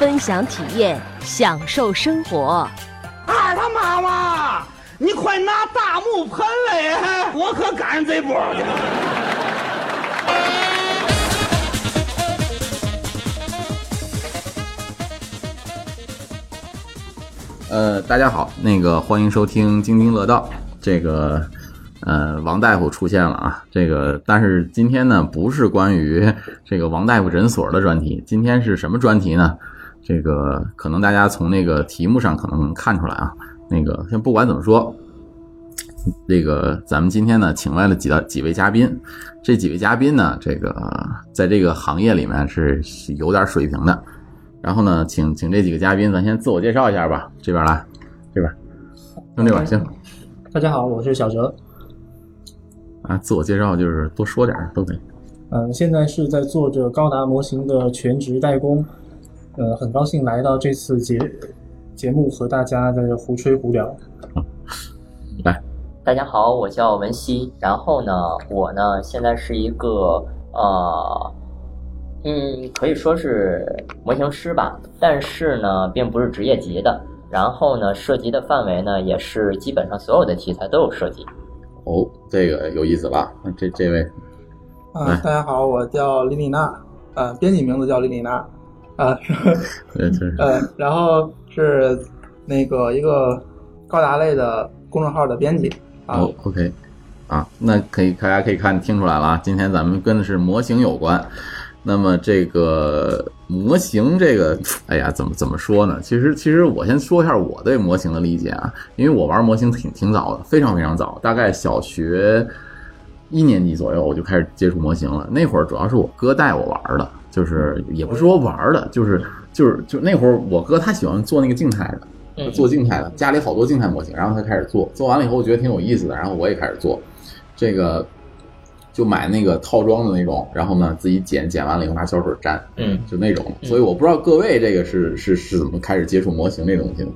分享体验，享受生活。二啊他妈妈，你快拿大木喷来，我可赶上这波了。呃，大家好，那个欢迎收听津津乐道。这个，呃，王大夫出现了啊。这个，但是今天呢，不是关于这个王大夫诊所的专题，今天是什么专题呢？这个可能大家从那个题目上可能能看出来啊。那个，先不管怎么说，这个咱们今天呢，请来了几道几位嘉宾。这几位嘉宾呢，这个在这个行业里面是是有点水平的。然后呢，请请这几个嘉宾，咱先自我介绍一下吧。这边来，这边，用这边行。大家好，我是小哲。啊，自我介绍就是多说点儿都可以。嗯，现在是在做着高达模型的全职代工。呃，很高兴来到这次节节目和大家在这胡吹胡聊。来，大家好，我叫文熙。然后呢，我呢现在是一个呃。嗯，可以说是模型师吧，但是呢，并不是职业级的。然后呢，涉及的范围呢，也是基本上所有的题材都有涉及。哦，这个有意思了。这这位，啊、呃，大家好，我叫李李娜，呃，编辑名字叫李李娜，啊、呃， 呃，然后是那个一个高达类的公众号的编辑。啊、哦，OK，啊，那可以，大家可以看听出来了啊，今天咱们跟的是模型有关。那么这个模型，这个，哎呀，怎么怎么说呢？其实，其实我先说一下我对模型的理解啊，因为我玩模型挺挺早的，非常非常早，大概小学一年级左右我就开始接触模型了。那会儿主要是我哥带我玩的，就是也不是说玩的，就是就是就那会儿我哥他喜欢做那个静态嗯嗯的，做静态的，家里好多静态模型，然后他开始做，做完了以后我觉得挺有意思的，然后我也开始做这个。就买那个套装的那种，然后呢自己剪，剪完了以后拿胶水粘，嗯，就那种。所以我不知道各位这个是是是怎么开始接触模型这东西的。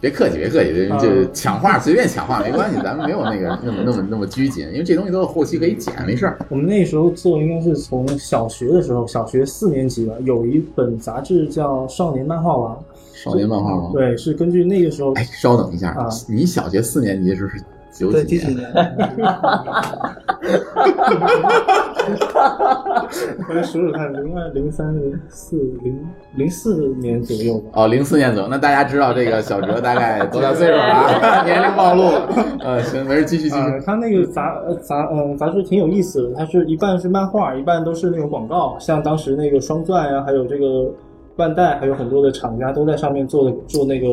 别客气，别客气，嗯就抢话随便抢话没关系，咱们没有那个那么那么那么拘谨，因为这东西都是后期可以剪，没事儿。我们那时候做应该是从小学的时候，小学四年级吧，有一本杂志叫《少年漫画王》，少年漫画王对，是根据那个时候。哦哎，稍等一下，啊、你小学四年级啊的时候是？九几年， 我来数数看，零二、零三、零四、零零四年左右吧。哦，零四年左右，那大家知道这个小哲大概多大岁数了 啊？年龄暴露了。呃，行，没事，继续继续、呃。他那个杂杂嗯杂志挺有意思的，它是一半是漫画，一半都是那种广告，像当时那个双钻呀、啊，还有这个万代，还有很多的厂家都在上面做的做那个。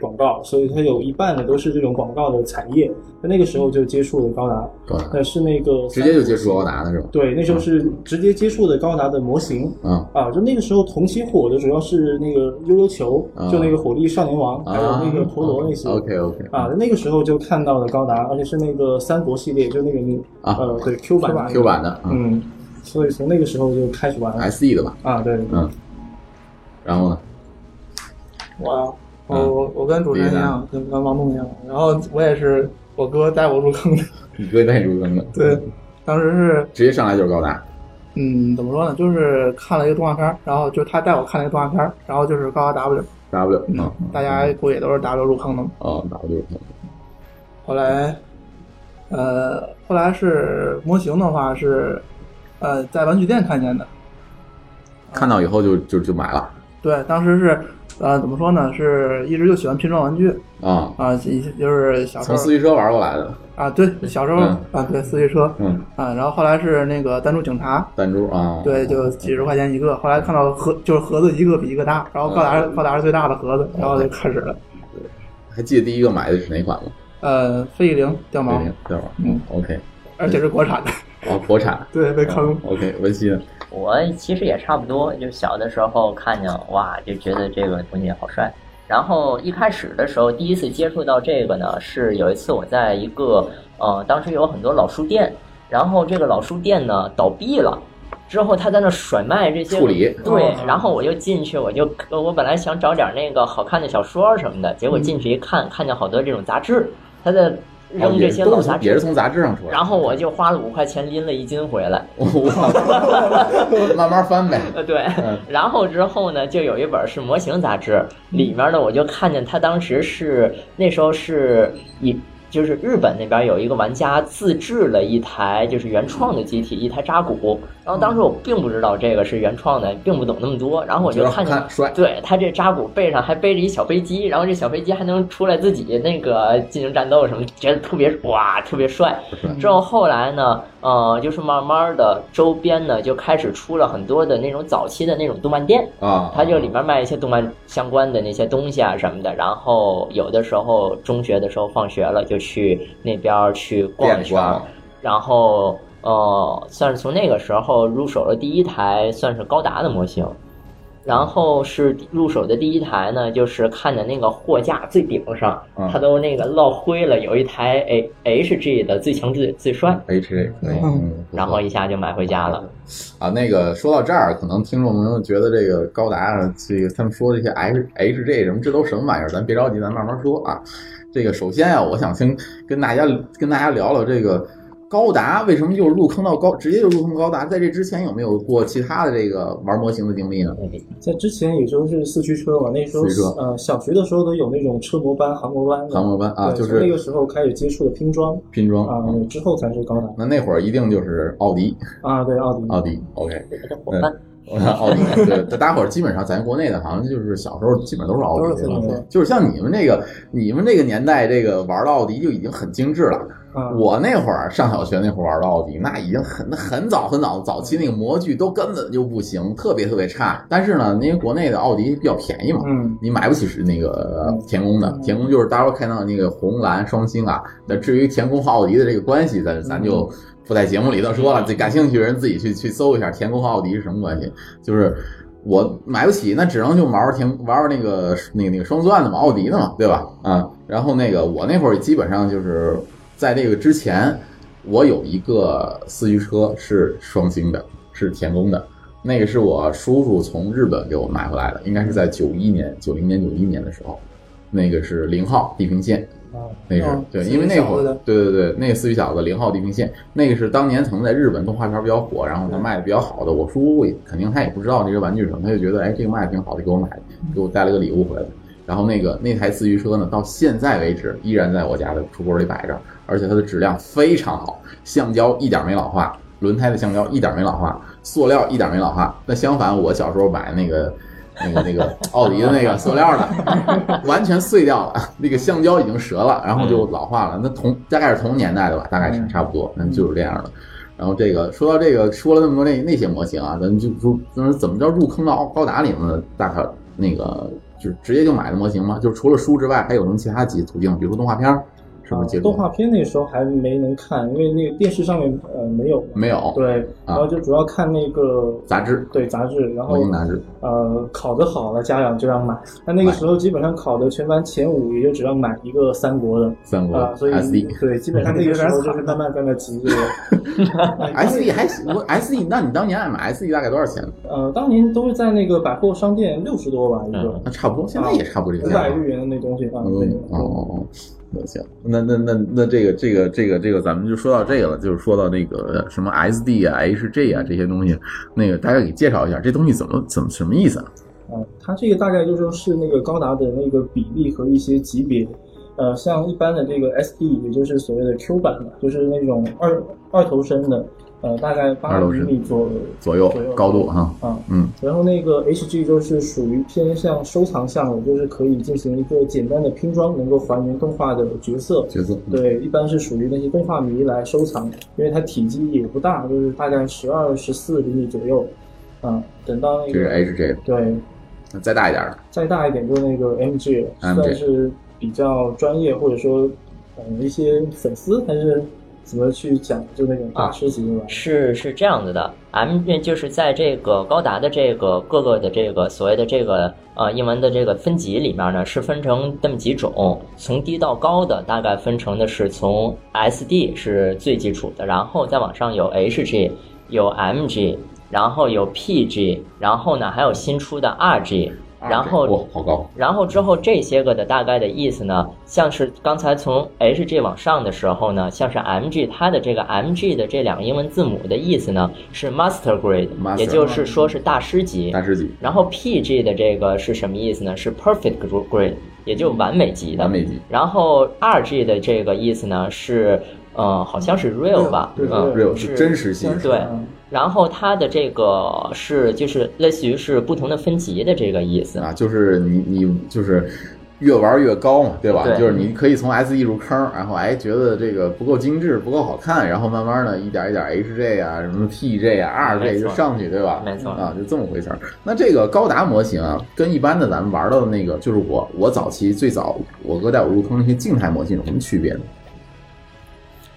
广告，所以它有一半的都是这种广告的产业。在那个时候就接触了高达，那是那个直接就接触高达的是吧？对，那时候是直接接触的高达的模型。嗯啊，就那个时候同期火的主要是那个悠悠球，就那个火力少年王，还有那个陀螺那些。啊 OK OK。啊，那个时候就看到了高达，而且是那个三国系列，就那个啊呃对 Q 版 Q 版啊的，嗯，所以从那个时候就开始玩 SE 的吧？啊对，嗯，然后呢？我。我嗯我我跟主持人一样，跟跟王栋一样，然后我也是我哥带我入坑的， 你哥带你入坑的，对，当时是直接上来就是高达，嗯，怎么说呢，就是看了一个动画片，然后就他带我看了一个动画片，然后就是高达 W W，嗯，大家不也都是 W 入坑的吗？哦，W 入坑，后来，呃，后来是模型的话是，呃，在玩具店看见的，看到以后就就就买了，对，当时是。呃，怎么说呢？是一直就喜欢拼装玩具嗯啊啊，就是小时候从四驱车玩过来的啊，对，小时候啊，对四驱车，嗯啊，然后后来是那个弹珠警察，弹珠啊，对，就几十块钱一个。后来看到盒就是盒子一个比一个大，然后高达嗯高达是最大的盒子，然后就开始了。还记得第一个买的是哪款吗？呃，飞翼灵掉毛，掉毛，嗯，OK，而且是国产的，哦，国产，对，被坑。 OK，文熙呢？我其实也差不多，就小的时候看见哇，就觉得这个东西好帅。然后一开始的时候，第一次接触到这个呢，是有一次我在一个呃，当时有很多老书店，然后这个老书店呢倒闭了，之后他在那甩卖这些处理对哦，然后我就进去，我就我本来想找点那个好看的小说什么的，结果进去一看，看见好多这种杂志，他在嗯哦扔这也些是老都杂是志，也是从杂志上出来的，哦然后我就花了五块钱拎了一斤回来， 慢慢翻呗。呃，对嗯， 然后之后呢，就有一本是模型杂志，里面呢我就看见他当时是那时候是以就是日本那边有一个玩家自制了一台就是原创的机体，一台扎古。然后当嗯时我并不知道这个是原创的，并不懂那么多。然后我就觉得好看见看帅，对他这扎古背上还背着一小飞机，然后这小飞机还能出来自己那个进行战斗什么，觉得特别哇，特别帅。之后后来呢，呃，就是慢慢的周边呢就开始出了很多的那种早期的那种动漫店，啊，它就里面卖一些动漫相关的那些东西啊什么的。然后有的时候中学的时候放学了就去那边儿去逛店一里圈儿，逛，然后呃，算是从那个时候入手了第一台算是高达的模型，然后是入手的第一台呢，就是看着那个货架最顶上嗯，它都那个落灰了，有一台 A H G 的最强最最帅， H 这可以，嗯不错然后一下就买回家了。啊，那个说到这儿，可能听众朋友觉得这个高达，啊这个他们说这些 H H J 什么，这都什么玩意儿？咱别着急，咱慢慢说啊。这个首先啊，我想先跟大家跟大家聊聊这个高达为什么就是入坑到高，直接就入坑高达，在这之前有没有过其他的这个玩模型的经历呢？在之前也就是四驱车嘛，那时候四驱车呃小学的时候都有那种车模班、航模班的，航模班啊，对就从那是个时候开始接触的拼装拼装啊、嗯之后才是高达那那会儿一定就是奥迪，啊，对奥迪奥迪，OK，伙伴 奥迪，对，大家伙儿基本上咱国内的，好像就是小时候基本都是奥都迪是自对吧行车就是像你们这个，你们这个年代，这个玩的奥迪就已经很精致了。啊，我那会儿上小学那会儿玩的奥迪，那已经很很早很早，早期那个模具都根本就不行，特别特别差。但是呢，因为国内的奥迪比较便宜嘛，嗯你买不起是那个呃田宫的，田宫就是大家会看到那个红蓝双星啊。那至于田宫和奥迪的这个关系，咱咱就不在节目里头说了，这感兴趣的人自己去去搜一下田宫和奥迪是什么关系。就是我买不起，那只能就玩玩田玩玩那个那个那个双钻的嘛，奥迪的嘛，对吧？啊，然后那个我那会儿基本上就是在这个之前，我有一个四驱车是双星的，是田宫的。那个是我叔叔从日本给我买回来的，应该是在九一年、九零年、九一年的时候，那个是零号地平线，那是、哦对，四因为驱那小会子儿的对对对，那个四驱小子零号地平线，那个是当年可能在日本动画片比较火，然后嗯他卖的比较好的，我叔叔肯定他也不知道这些玩具是什么，他就觉得哎这个卖的挺好的，给我买的，给我带了个礼物回来。然后那个那台四驱车呢，到现在为止依然在我家的橱柜里摆着，而且它的质量非常好，橡胶一点没老化，轮胎的橡胶一点没老化，塑料一点没老化。那相反，我小时候买那个。那个那 个奥迪的那个塑料的，完全碎掉了，那个橡胶已经折了，然后就老化了。那同大概是同年代的吧，大概嗯是差不多，那就是这样的。然后这个说到这个，说了那么多那那些模型啊，咱们就说，就是怎么着入坑到高达里面的，大可那个就是直接就买的模型吗？就是除了书之外，还有什么其他几途径？比如说动画片儿，是不是接触？呃啊动画片那时候还没能看，因为那个电视上面呃没有嘛，没有，，啊对，然后就主要看那个杂志，对杂志，然模后型杂志，呃考得好了，家长就让买。那那个时候基本上考的全班前五，也就只让买一个三国的。三国啊，所以 SD。对，基本上那个时候就是慢慢跟着急这 个。哎 S E 还行，S E，那你当年爱买 S E 大概多少钱？呃，当年都是在那个百货商店六十多吧一个嗯，那差不多，现在也差不多这五个价百格。日元的那东西啊，嗯对，哦哦，那行，那那那那这个这个这个这个，咱们就说到这个了，就是说到那个什么 SD 啊、HG 啊这些东西，那个大概给介绍一下，这东西怎么怎么什么意思啊？呃，它这个大概就是说是那个高达的那个比例和一些级别，呃，像一般的这个 SD，也就是所谓的 Q 版的，就是那种二二头身的，呃，大概八二头厘身米左右左右左右高度哈，啊。嗯，然后那个 HG 就是属于偏向收藏项的，就是可以进行一个简单的拼装，能够还原动画的角色。角色，嗯对，一般是属于那些动画迷来收藏，因为它体积也不大，就是大概十二、十四厘米左右。啊，等到那这是哎个 HG，对，那再大一点的再大一点就是那个 MG 了， MG 算是比较专业或者说，嗯，一些粉丝还是怎么去讲究那种大师级的玩意儿？是是这样子的，M 就是在这个高达的这个各个的这个所谓的这个呃英文的这个分级里面呢，是分成这么几种，从低到高的大概分成的是从 SD 是最基础的，然后再往上有 HG，有 MG，然后有 PG，然后呢还有新出的 RG，然后哇，好高，然后之后这些个的大概的意思呢，像是刚才从 HG 往上的时候呢，像是 MG 它的这个 MG 的这两个英文字母的意思呢是 Master Grade， Master 也就是说是大师级大。师级，然后 PG 的这个是什么意思呢？是 Perfect Grade，也就完美级的。完美级。然后 RG 的这个意思呢是，呃，好像是 Real 吧，对嗯， real 是是真实性像，是对嗯然后它的这个是就是类似于是不同的分级的这个意思。啊，就是你你就是越玩越高嘛，对吧？对就是你可以从 S 一入坑，然后哎觉得这个不够精致、不够好看，然后慢慢的一点一点 HJ 啊、什么 PJ 啊、没 RJ 错就上去，对吧？没错啊，就这么回事儿。那这个高达模型啊，跟一般的咱们玩到的那个，就是我我早期最早我哥带我入坑那些静态模型有什么区别呢？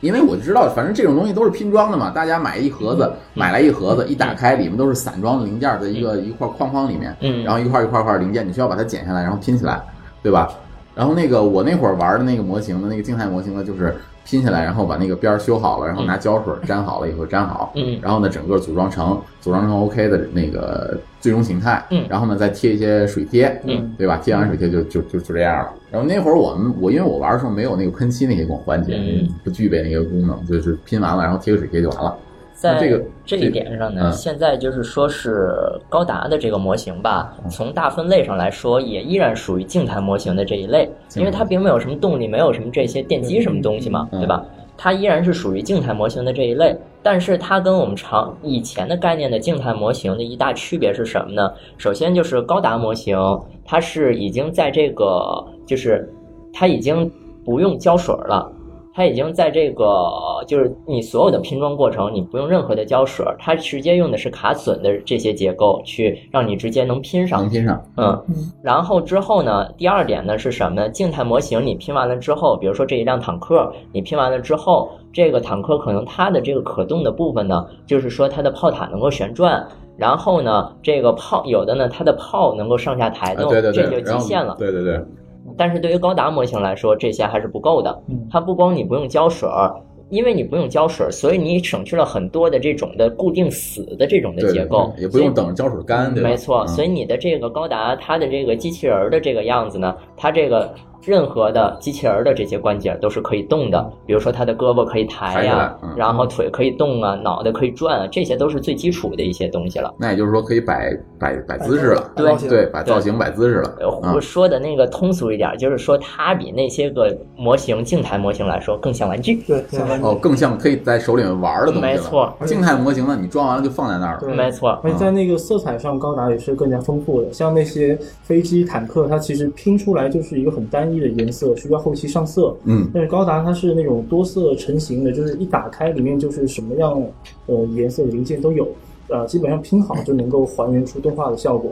因为我知道，反正这种东西都是拼装的嘛，大家买一盒子，买来一盒子，一打开里面都是散装的零件，在一个一块框框里面，嗯然后一块一块一块零件，你需要把它剪下来，然后拼起来，对吧？然后那个我那会儿玩的那个模型的那个静态模型呢，就是拼下来，然后把那个边儿修好了，然后拿胶水粘好了以后粘好，嗯然后呢整个组装成组装成 OK 的那个最终形态，嗯然后呢再贴一些水贴，嗯，对吧？贴完水贴就就就就这样了。然后那会儿我们我因为我玩的时候没有那个喷漆那些功环节嗯，不具备那个功能，就是拼完了然后贴个水贴就完了。在那这个这这一点上呢，嗯现在就是说是高达的这个模型吧，嗯从大分类上来说，也依然属于静态模型的这一类，静态因为它并没有什么动力，没有什么这些电机什么东西嘛，嗯对吧？它依然是属于静态模型的这一类，但是它跟我们常以前的概念的静态模型的一大区别是什么呢？首先就是高达模型，它是已经在这个，就是它已经不用胶水了，它已经在这个就是你所有的拼装过程，你不用任何的胶水，它直接用的是卡榫的这些结构去让你直接能拼能上。拼上，啊嗯，然后之后呢，第二点呢是什么呢？静态模型你拼完了之后，比如说这一辆坦克，你拼完了之后，这个坦克可能它的这个可动的部分呢，就是说它的炮塔能够旋转，然后呢，这个炮有的呢，它的炮能够上下抬啊动，对对这对，然就极后限了。嗯对对对，但是对于高达模型来说，这些还是不够的嗯。它不光你不用胶水儿，因为你不用胶水儿，所以你省去了很多的这种的固定死的这种对的对结构，也不用等胶水干，所对以。吧？没错，嗯所以你的这个高达，它的这个机器人儿的这个样子呢，它这个任何的机器人儿的这些关节都是可以动的，比如说它的胳膊可以抬呀、抬起来嗯然后腿可以动啊，脑袋可以转啊，这些都是最基础的一些东西了。那也就是说可以摆摆摆姿势了，对对，摆造型摆姿势了呃，啊我，说的那个通俗一点儿，就是说它比那些个模型静态模型来说更像玩具。对，像完哦，更像可以在手里面玩的东西了。嗯没错，静态模型呢，你装完了就放在那儿了。对没错，而且在那个色彩上，高达也是更加丰富的。像那些飞机、坦克，它其实拼出来就是一个很单一的颜色，需要后期上色。嗯，但是高达它是那种多色成型的，就是一打开里面就是什么样呃颜色的零件都有，呃，基本上拼好就能够还原出动画的效果。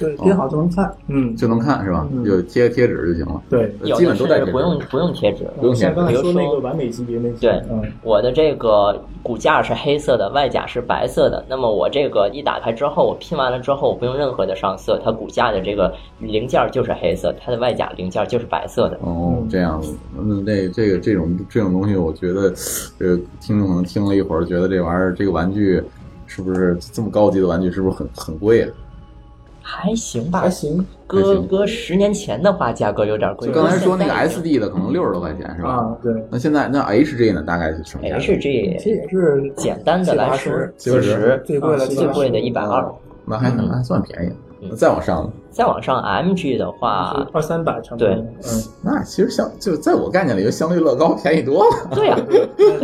对编好就能看，嗯，就能看是吧？嗯就贴个贴纸就行了，对。有基的本都甚带至贴纸不用不用贴纸。不用像钱刚才比如说说那个完美级别那些，对嗯，我的这个骨架是黑色的，外甲是白色的。那么我这个一打开之后，我拼完了之后，我不用任何的上色，它骨架的这个零件儿就是黑色，它的外甲零件儿就是白色的。哦嗯，这样子，那这这个这种这种东西，我觉得，呃，听众可能听了一会儿，觉得这玩意儿这个玩具是不是这么高级的玩具，是不是很很贵啊？还行吧还，行还哥行哥十年前的话价格有点贵。就刚才说那个现在已经 SD 的可能六十多块钱是吧？啊，对，那现在那 HG 呢，大概是什么价格？其实 HG 也是简单的来说70， 70十最贵的啊70最贵的一100百二。那还嗯那还算便宜。嗯那再往上呢，再往上 MG 的话，二三百差不多，啊对嗯，那其实相就在我概念里，就相对乐高便宜多了。 对啊呀、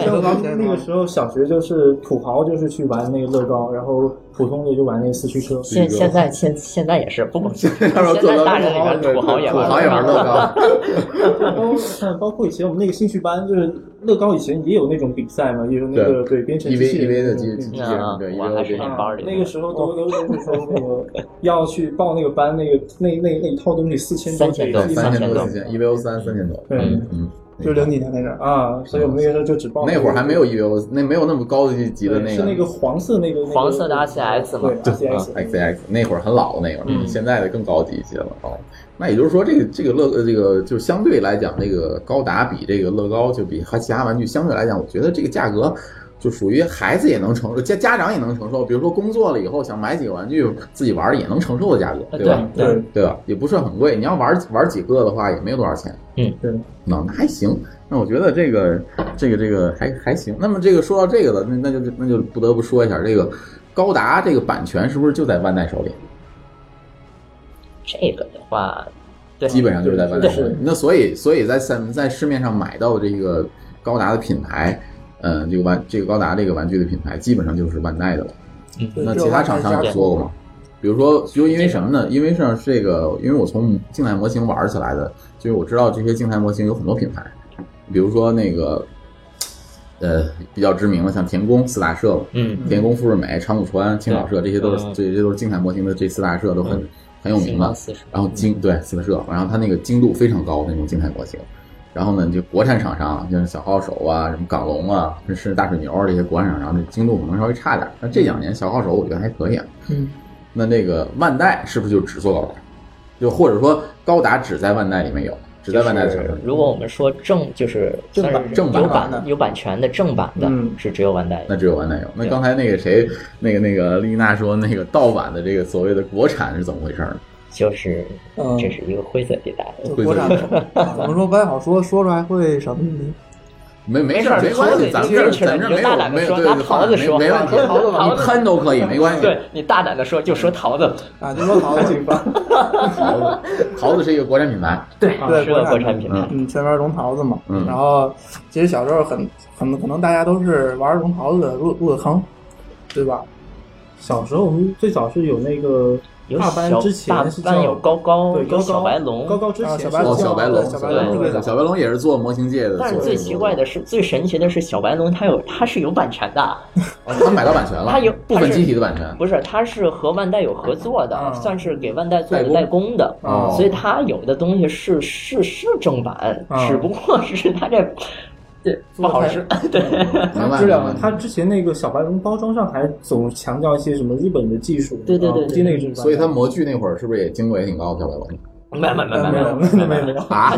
像咱对们那个时候小学就是土豪就是去玩那个乐高，然后普通的就玩那个四驱车，现现在现现在也是，不光现在上面做乐高大人里边对土豪也土玩豪也玩乐高。包嗯， 包括以前我们那个兴趣班，就是乐高以前也有那种比赛嘛，也有那个对编程 E 机 V 器 E 人 V 的那种机比机器赛那人，对，E 嗯我 V 的还机是器人那班里的那个时候都都都是说那个要去报那个班，那个那那那一套东西四千多， 3000对，多三三千千多多四千，E V O 三三千多，对嗯，那就个零几年那阵儿啊，所以我们那个时候就只报嗯那会儿还没有 EVO，那没有那么高级级的对那是个那个黄色那个黄色的 RCS 嘛对啊 RCS X X 那会儿很老那会儿，嗯现在的更高级一些了哦。那也就是说，这个这个乐呃这个就相对来讲，这个高达比这个乐高就比和其他玩具相对来讲，我觉得这个价格就属于孩子也能承受，家家长也能承受。比如说工作了以后想买几个玩具自己玩儿也能承受的价格，呃吧？对对对吧？也不算很贵，你要玩玩几个的话，也没有多少钱。嗯，对，那那还行。那我觉得这个这个这个还还行。那么这个说到这个了，那那就那就不得不说一下，这个高达这个版权是不是就在万代手里？这个的话，对，基本上就是在万代手里对。那所以所以在在在市面上买到的这个高达的品牌，嗯，这个玩这个高达这个玩具的品牌，基本上就是万代的了。对那其他厂商有做过吗？比如说，就因为什么呢？因为是这个，因为我从静态模型玩起来的，就是我知道这些静态模型有很多品牌，比如说那个，呃，比较知名的像田宫四大社吧，嗯，田宫、富士美、长谷川、青岛社，这些都是嗯这些都是静态模型的这四大社都很嗯很有名新高的。四十，然后精对四个社，然后它那个精度非常高的那种静态模型。然后呢，就国产厂商，像小号手啊、什么港龙啊，甚至大水牛啊这些国产厂商，这精度可能稍微差点儿。但这两年小号手我觉得还可以啊。嗯，那那个万代是不是就只做高达？就或者说高达只在万代里面有，只在万代的厂商就是如果我们说正就是正版算是正版有的版有版权的正版的嗯，是只有万代那的。只有万代有。那刚才那个谁，那个那个丽娜说那个盗版的这个所谓的国产是怎么回事呢？就是嗯这是一个灰色地带。就会国产的，啊怎么说不太好说，说出来会什么呢？没没事儿，没关系，咱们这儿咱们这儿没有没有对没没问题，你喷都可以，没关系。对你大胆的说，就说桃子，啊，就说好的情况，桃子，桃子是一个国产品牌，对对是个国国产产的品牌。嗯，前面龙桃子嘛，嗯然后其实小时候很很可能大家都是玩龙桃子的入入的坑，对吧？ 小时候我们最早是有那个有大班小之前大是班叫有高高对有高高小白龙高高之前啊是小白哦，叫小白龙，小小白白龙龙，小白龙也是做模型界的，但是最奇怪的是，最神奇的是，小白龙它有它是有版权的，哦他买到版权了，它有部它分是机体的版权，不是，它是和万代有合作的，嗯算是给万代做代的工代工的，哦所以它有的东西是是是正版，嗯只不过是它这对不好说，对明白质量吗嘛，？它之前那个小白龙包装上还总强调一些什么日本的技术，对对啊对对估计那个是所以他模具那会儿是不是也精度也挺高的？小白龙没有没有没有没没有有没有没有没有， 啊，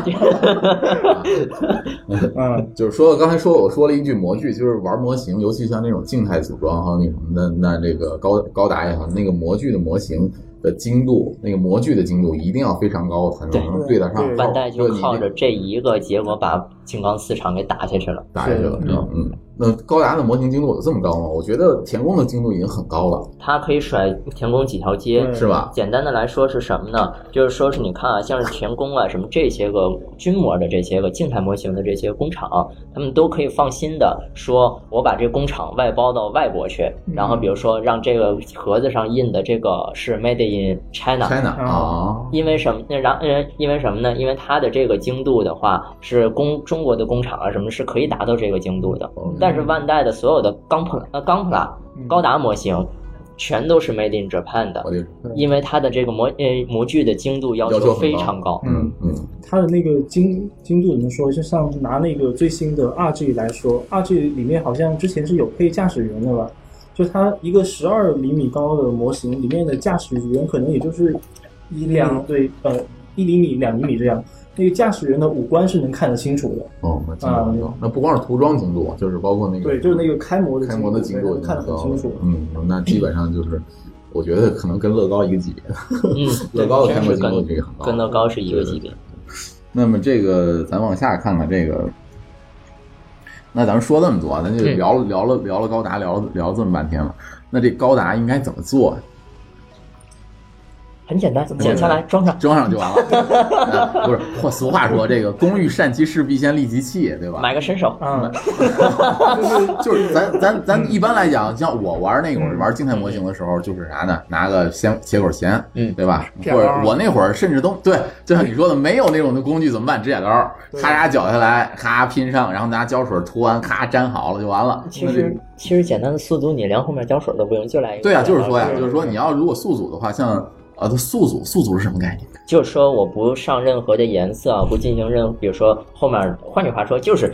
嗯，就是说刚才说我说了一句模具，就是玩模型，尤其像那种静态组装还有那种那那这个高高达也好，那个模具的模型的精度，那个模具的精度一定要非常高才能对得上对。万代就靠对着这一个结果把金刚四厂给打下去了。打下去了，嗯。那高达的模型精度有这么高吗？我觉得田宫的精度已经很高了，它可以甩田宫几条街，嗯是吧？简单的来说是什么呢？就是说是你看啊，像是田宫啊什么这些个军模的这些个静态模型的这些工厂，他们都可以放心的说，我把这工厂外包到外国去，然后比如说让这个盒子上印的这个是 Made in China。 China 啊，因为什么？那然呃，因为什么呢？因为它的这个精度的话，是工中国的工厂啊什么是可以达到这个精度的。嗯但是万代的所有的钢普拉呃钢普拉嗯高达模型，全都是 Made in Japan 的。我就因为它的这个模呃模具的精度要要求很非高常高。嗯嗯它的那个精精度怎么说？就像拿那个最新的 RG 来说，RG 里面好像之前是有配驾驶员的吧？就它一个十二厘米高的模型，里面的驾驶员可能也就是一两嗯对呃一厘米、两厘米这样。那个驾驶员的五官是能看得清楚的，哦，那精度很高。那不光是涂装精度，啊就是包括那个对，就是那个开模的开模的精度对它能看得很清楚。嗯，那基本上就是，我觉得可能跟乐高一个 级别。嗯，乐对高的真开模是精度跟这个很高，跟乐高是一个级别。那么这个咱往下看看这个，那咱们说那么多，啊咱就嗯聊了、聊了聊了高达，聊了聊了这么半天了。那这高达应该怎么做？很简嗯单，剪下来装上，装上就完了。 啊不是，或俗话说，这个工欲善其事，必先利其器，对吧？买个神手。嗯，就是咱咱嗯咱一般来讲，像我玩那会儿玩静态模型的时候，就是啥呢？拿个先切口钳，嗯对吧？指或甲刀者我那会儿嗯甚至都对，就像你说的，没有那种的工具怎么办？指甲刀，咔嚓绞下来，咔拼上，然后拿胶水涂完，咔粘好了就完了。其实其实简单的速度，你连后面胶水都不用，就来一个。对啊，就是说呀，对就是说你要如果速组的话，像啊，它宿主宿主是什么概念？就是说我不上任何的颜色啊，不进行任何，比如说后面，换句话说就是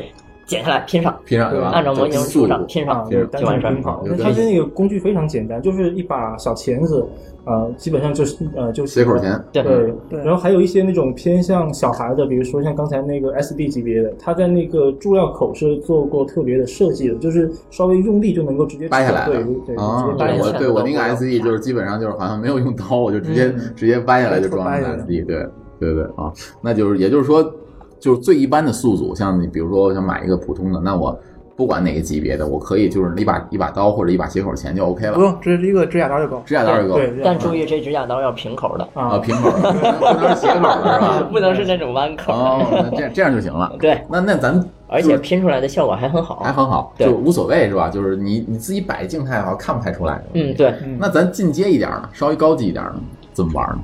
剪下来拼上，拼上对吧？按照模型宿数主上拼啊上，其实单就完事儿纯。好有那个它的那个工具非常简单，就是一把小钳子，呃，基本上就是呃就斜斜口钳。对对，对然后还有一些那种偏向小孩的，比如说像刚才那个 SD 级别的，它在那个注料口是做过特别的设计的，就是稍微用力就能够直接掰下来对了对对，啊！直接掰下我来。对我那个 S E 就是基本上就是好像没有用刀，我就直接、嗯直接掰下来就装上掰下来 S E，对对对啊，那就是也就是说，就是最一般的宿主，像你比如说我想买一个普通的，那我不管哪个级别的，我可以就是一把一把刀或者一把斜口钳就 OK 不了，用，只是一个指甲刀就够。指甲刀就够对，对但注意这指甲刀要平口的，啊，啊，平口的，不能是斜口的是吧？ 不能是那种弯口哦，那的。这样这样就行了。对，那那咱而就且是拼出来的效果还很好还。很好，对就无所谓是吧？就是你你自己摆静态好像看不太出来。嗯，对，那咱进阶一点呢，稍微高级一点呢，怎么玩呢？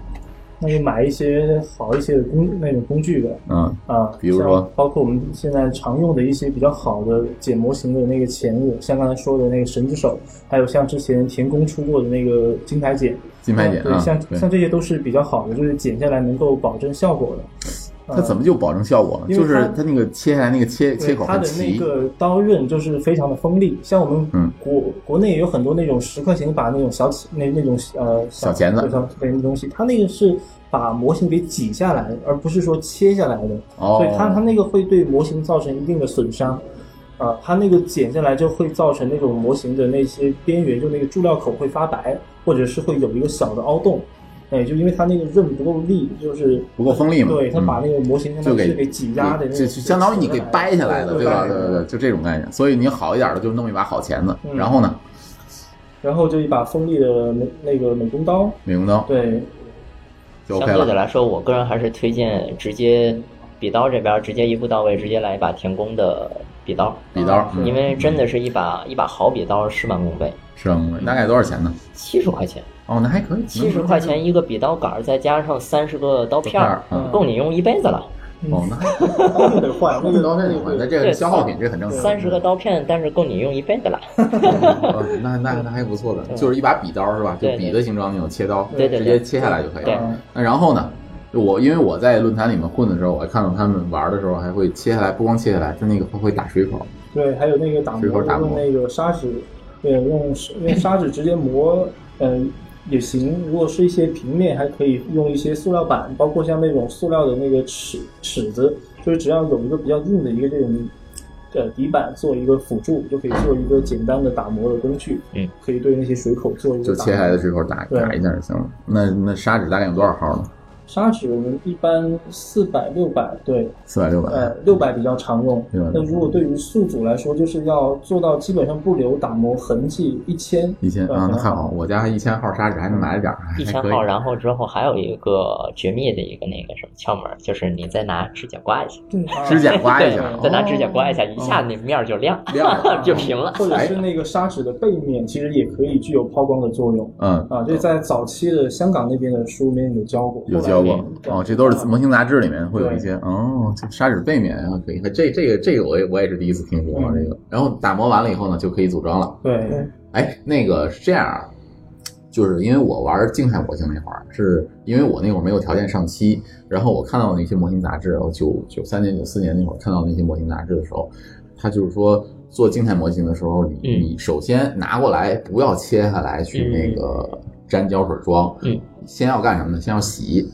那就买一些好一些的工那种工具呗。嗯，啊，比如像说包括我们现在常用的一些比较好的解模型的那个钳子，像刚才说的那个神之手，还有像之前田宫出过的那个金牌剪，金牌剪嗯对，啊，像对像这些都是比较好的，就是剪下来能够保证效果的。它怎么就保证效果呢？呃因就为是它它那个切下来那个切对切口它很的那齐，个刀刃就是非常的锋利，像我嗯们国、国内也有很多那种十块钱一把那种小起那那种呃小钳子对小对那东西，它那个是把模型给挤下来，而不是说切下来的，哦所以它它那个会对模型造成一定的损伤。啊、它那个剪下来就会造成那种模型的那些边缘，就那个注料口会发白，或者是会有一个小的凹洞，哎，就因为它那个刃不够力，就是不够锋利嘛对，它嗯把那个模型相就当于给是给挤压的那种，就就相当于你给掰下来的，对对吧？对对对对，就这种概念。所以你好一点的就弄一把好钳子，嗯然后呢，然后就一把锋利的美那个美工刀，美工刀对，就相 OK 对了。的来说，我个人还是推荐直接笔刀这边直接一步到位，直接来一把田宫的笔刀，笔刀，嗯啊因为真的是一把一把好笔刀，事半功倍。是吧？大概多少钱呢？七十块钱，哦，那还可以，七十块钱一个笔刀杆儿，再加上三十个刀片儿刀片儿嗯，够你用一辈子了。嗯哦，那还 可以刀片得换，那个刀片得换，那这个对消耗品，这很正常。三十个刀片，但是够你用一辈子了。哦那那那还不错的，就是一把笔刀是吧？就对对笔的形状那种切刀，对对直对接切下来就可以对了。啊那然后呢？就我因为我在论坛里面混的时候，我还看到他们玩的时候还会切下来，不光切下来，它那个它会打水口，对，还有那个打水口磨打磨用那个砂纸，对，用用砂纸直接磨，嗯、也行。如果是一些平面，还可以用一些塑料板，包括像那种塑料的那个尺尺子，就是只要有一个比较硬的一个这种。呃，底板做一个辅助，就可以做一个简单的打磨的工具，嗯，可以对那些水口做一个就打切下来磨的水口打对打一下就行了。那那砂纸大概有多少号呢？砂纸我们一般四百六百，对，四百六百。呃，六百比较常用。 600那如果对于宿主来说，就是要做到基本上不留打磨痕迹，一千一千啊，那还还好，。我家一千号砂纸还能买了点儿，呃一还千可以号，。然后之后还有一个绝密的一个那个什么窍门儿，就是你再拿指甲刮一下，对，指甲刮一对下，，再拿哦嗯指甲刮一下，一下那面儿就亮，亮 了就平了。或者是那个砂纸的背面，其实也可以具有抛光的作用嗯，啊。这在早期的香港那边的书里面有教过，有教过后来对哦，这都嗯是模型杂志里面会有一对些哦，这砂纸背面啊，可以。这这个这个我也我也是第一次听说啊嗯这个。然后打磨完了以后呢，就可以组装了。对，哎，那个是这样啊，就是因为我玩静态模型那会儿，是因为我那会儿没有条件上漆，然后我看到那些模型杂志，我九九三年、九四年那会儿看到那些模型杂志的时候，他就是说做静态模型的时候，你、嗯你首先拿过来不要切下来去那个沾胶水妆，嗯，先要干什么呢？先要洗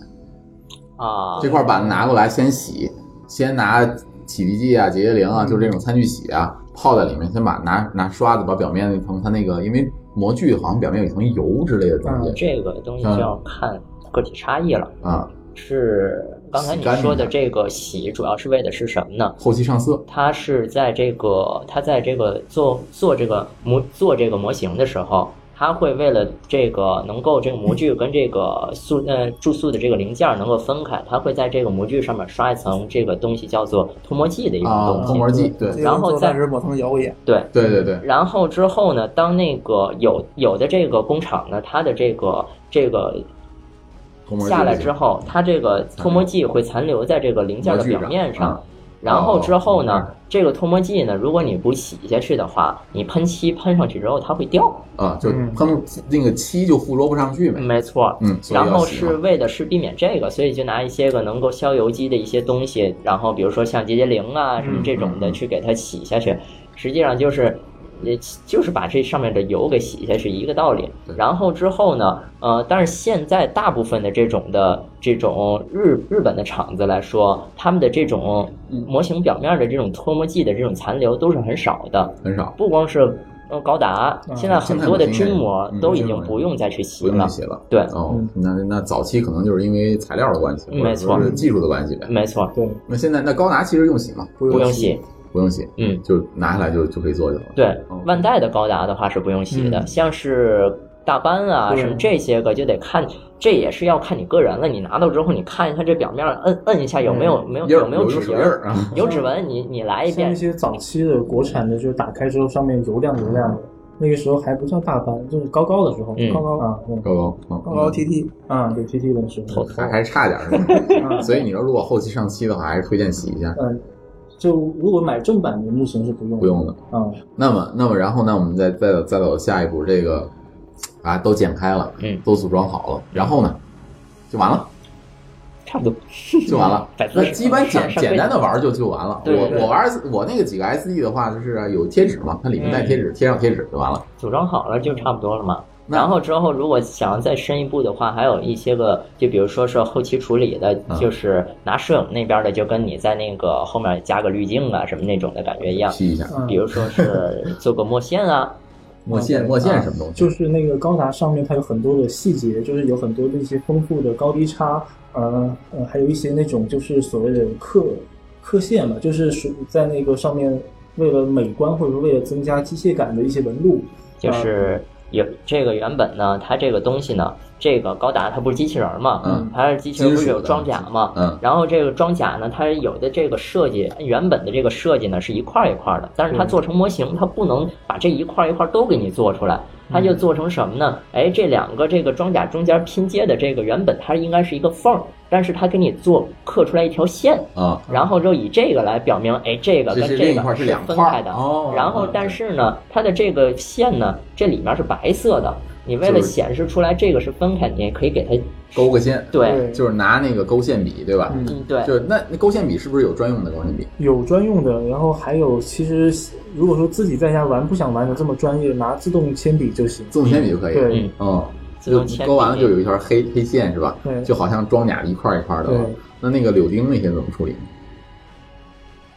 啊，这块板子拿过来先洗，先拿洗涤剂啊、洁洁灵嗯啊，就这种餐具洗啊，泡在里面，先把拿拿刷子把表面那层它那个，因为模具好像表面有一层油之类的东西嗯这个东西就要看个体差异了。啊，是刚才你说的这个洗，主要是为的是什么呢？后期上色它是在这个它在这个做做这个模做这个模型的时候，它会为了这个能够这个模具跟这个塑呃注塑的这个零件儿能够分开，它会在这个模具上面刷一层这个东西叫做脱模剂的一种啊，东西。脱模剂，对然后再暂时抹层油也，对，对对对，然后之后呢，当那个有有的这个工厂呢，它的这个这个脱模剂下来之后，它这个脱模剂会残留在这个零件的表面模具上上啊。然后之后呢，这个脱模剂呢，如果你不洗下去的话，你喷漆喷上去之后它会掉。啊，就喷那个漆就附着不上去呗。没错，嗯所以要然后洗是嘛为的是避免这个，所以就拿一些个能够消油机的一些东西，然后比如说像洁洁灵啊什么这种的嗯去给它洗下去，实际上就是。呃，就是把这上面的油给洗下去，一个道理对。然后之后呢，呃，但是现在大部分的这种的这种日日本的厂子来说，他们的这种模型表面的这种脱模剂的这种残留都是很少的。很少，不光是呃高达，嗯现在很多的军模现在都不是已经不用再去洗嗯不用了。洗了。对，哦，那那早期可能就是因为材料的关系，或嗯者没错说是技术的关系呗。没错，对，那现在那高达其实用洗吗？不用洗。不用洗，嗯，就拿下来就就可以做就好了。对哦，万代的高达的话是不用洗的，嗯像是大班啊对什么这些个就得看，这也是要看你个人了。你拿到之后，你看一下这表面，摁摁一下有没有没有印儿有没有指有手纹印儿啊？有指纹，你你来一像遍一。些早期的国产的，就是打开之后上面油亮油亮的，那个时候还不叫大班，就是高高的时候，嗯高高啊，嗯高高高高高 TT，啊，对 T T 的时候，哦还还差点儿是吧？所以你说如果后期上漆的话，还是推荐洗一下，嗯，就如果买正版的，目前是不用不用的。啊，那么，那么然后呢，我们再再再走下一步，这个啊都剪开了，嗯都组装好了，然后呢，就完了，差不多，。就完了 百分那之基本简简单的玩儿就就完了。嗯对对对我我玩儿我那个几个 SD 的话，就是啊有贴纸嘛，它里面带贴纸，嗯贴上贴纸就完了。组装好了就差不多了嘛。那然后之后，如果想要再深一步的话，还有一些个，就比如说是后期处理的，嗯就是拿摄影那边的，就跟你在那个后面加个滤镜啊什么那种的感觉一样。吸一下，嗯比如说是做个墨线啊，墨线对墨线什么东西？嗯就是那个高达上面它有很多的细节，就是有很多那些丰富的高低差，呃呃，还有一些那种就是所谓的刻刻线嘛，就是属在那个上面为了美观或者说为了增加机械感的一些纹路，就是有这个原本呢，它这个东西呢，这个高达它不是机器人嘛，嗯它是机器人不是金有属的装甲嘛，嗯然后这个装甲呢，它有的这个设计原本的这个设计呢是一块儿一块儿的，但是它做成模型，它不能把这一块儿一块儿都给你做出来，它就做成什么呢？哎，这两个这个装甲中间拼接的这个原本它应该是一个缝儿，但是它给你做刻出来一条线。啊，然后就以这个来表明，哎，这个这跟是这另一块个儿是两分块儿开的。哦然后，但是呢，它的这个线呢，这里面是白色的。你为了就是显示出来这个是分开的，你也可以给它勾个线，对，就是拿那个勾线笔，对吧？嗯，嗯，对，就那那勾线笔是不是有专用的勾线笔？有专用的，然后还有其实如果说自己在家玩不想玩的这么专业，拿自动铅笔就行。自动铅笔就可以。对嗯，嗯，自就动铅笔勾完了就有一条黑黑线是吧？对就好像装甲一块一块的了对。那那个柳钉那些怎么处理？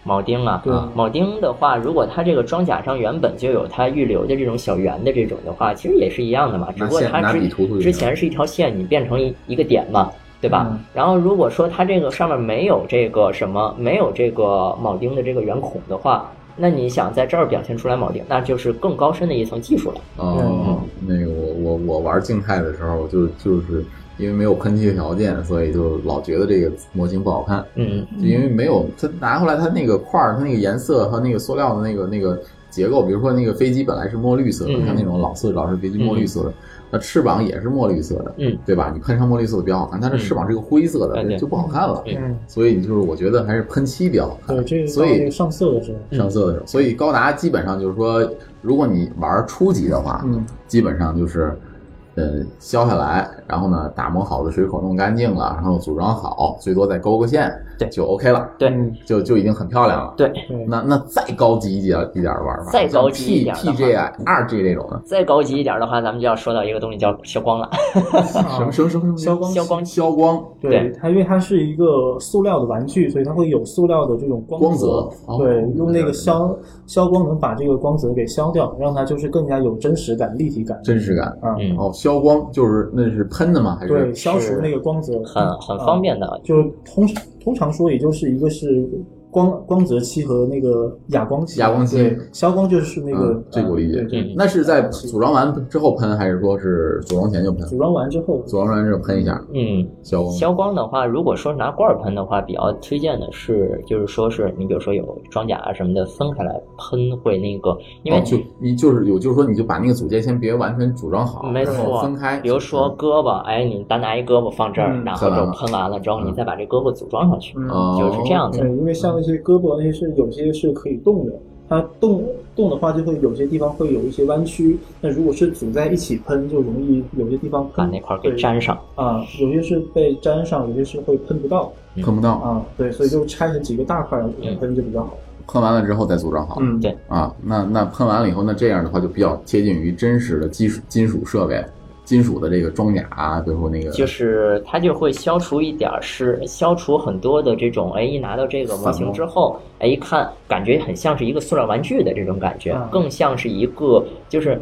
铆钉啊对，铆钉的话，如果它这个装甲上原本就有它预留的这种小圆的这种的话，其实也是一样的嘛，只不过拿线拿它之笔涂涂就行之前是一条线，你变成一一个点嘛，对吧？然后如果说它这个上面没有这个什么，没有这个铆钉的这个圆孔的话，那你想在这儿表现出来铆钉，那就是更高深的一层技术了。哦，那个我我我玩静态的时候，就就是因为没有喷漆的条件，所以就老觉得这个模型不好看。嗯，就因为没有它拿回来，它那个块儿，它那个颜色和那个塑料的那个那个结构，比如说那个飞机本来是墨绿色的，嗯像那种老式老式飞机墨绿色的，那翅膀也是墨绿色的，嗯，对吧？你喷上墨绿色的比较好看，它这翅膀是个灰色的，嗯这就不好看了。嗯嗯，所以就是我觉得还是喷漆比较好看对，。这是所到以那个上色的时候，上色的时候，所以高达基本上就是说，如果你玩初级的话，嗯，基本上就是，呃，削下来，然后呢，打磨好的水口弄干净了，然后组装好，最多再勾个线，对就 OK 了，对嗯就就已经很漂亮了。对，对那那再高级一点一点的玩法，再高级一点的话 P G 啊、二 G 这种的，再高级一点的话，咱们就要说到一个东西叫消光了。 什么什么什么啊消光器消光器消光对对它，因为它是一个塑料的玩具，所以它会有塑料的这种光光泽泽。，哦对，用那个消消光能把这个光泽给消掉，让它就是更加有真实感、立体感。真实感。啊，嗯哦，消光就是那是喷的吗？还对，是消除那个光泽，嗯啊很很方便的，就通通常说，也就是一个是光光泽漆和那个哑光漆。哑光漆对，消光就是那个啊嗯，这个我理解对对那是在组装完之后喷，还是说是组装前就喷？组装完之后，组装完之后喷一下嗯。消光。哦消光的话，如果说拿罐儿喷的话，比较推荐的是，就是说是你比如说有装甲啊什么的分开来喷，会那个，因为哦就你就是有，就是说你就把那个组件先别完全组装好，没然后错，哦分开。比如说胳膊，哎，你单拿一胳膊放这儿，嗯然后喷完就了喷完了之后，嗯你再把这胳膊组装上去，嗯哦就是这样对的。，因为像那些胳膊那些是有些是可以动的，它动动的话就会有些地方会有一些弯曲，那如果是组在一起喷，就容易有些地方把喷那块儿给会粘上。啊，有些是被粘上，有些是会喷不到嗯碰不到，啊，对，所以就拆成几个大嗯块来喷就比较好。喷完了之后再组装好。嗯，对啊，那那喷完了以后，那这样的话就比较贴近于真实的金属金属设备，金属的这个装甲啊，比如说那个就是它就会消除一点儿是消除很多的这种，哎，一拿到这个模型之后，哎，一看感觉很像是一个塑料玩具的这种感觉嗯，更像是一个就是。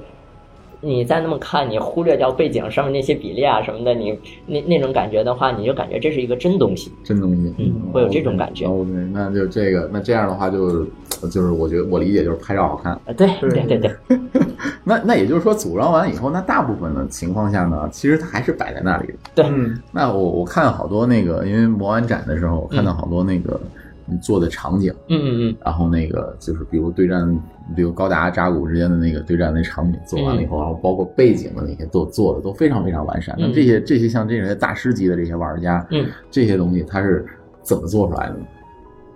你再那么看，你忽略掉背景上面那些比例啊什么的，你那那种感觉的话，你就感觉这是一个真东西。真东西，嗯会有这种感觉哦，对，那就这个，那这样的话就就是我觉得我理解就是拍照好看。啊，对对对对对，那那也就是说，组装完以后，那大部分的情况下呢，其实它还是摆在那里的。嗯，那我我看好多那个，因为魔玩展的时候，我看到好多那个你做的场景，嗯嗯嗯，然后那个就是比如对战，比如高达扎古之间的那个对战那场景做完了以后，然后包括背景的那些都做的都非常非常完善。那嗯这些这些像这些大师级的这些玩家，嗯，这些东西它是怎么做出来的呢？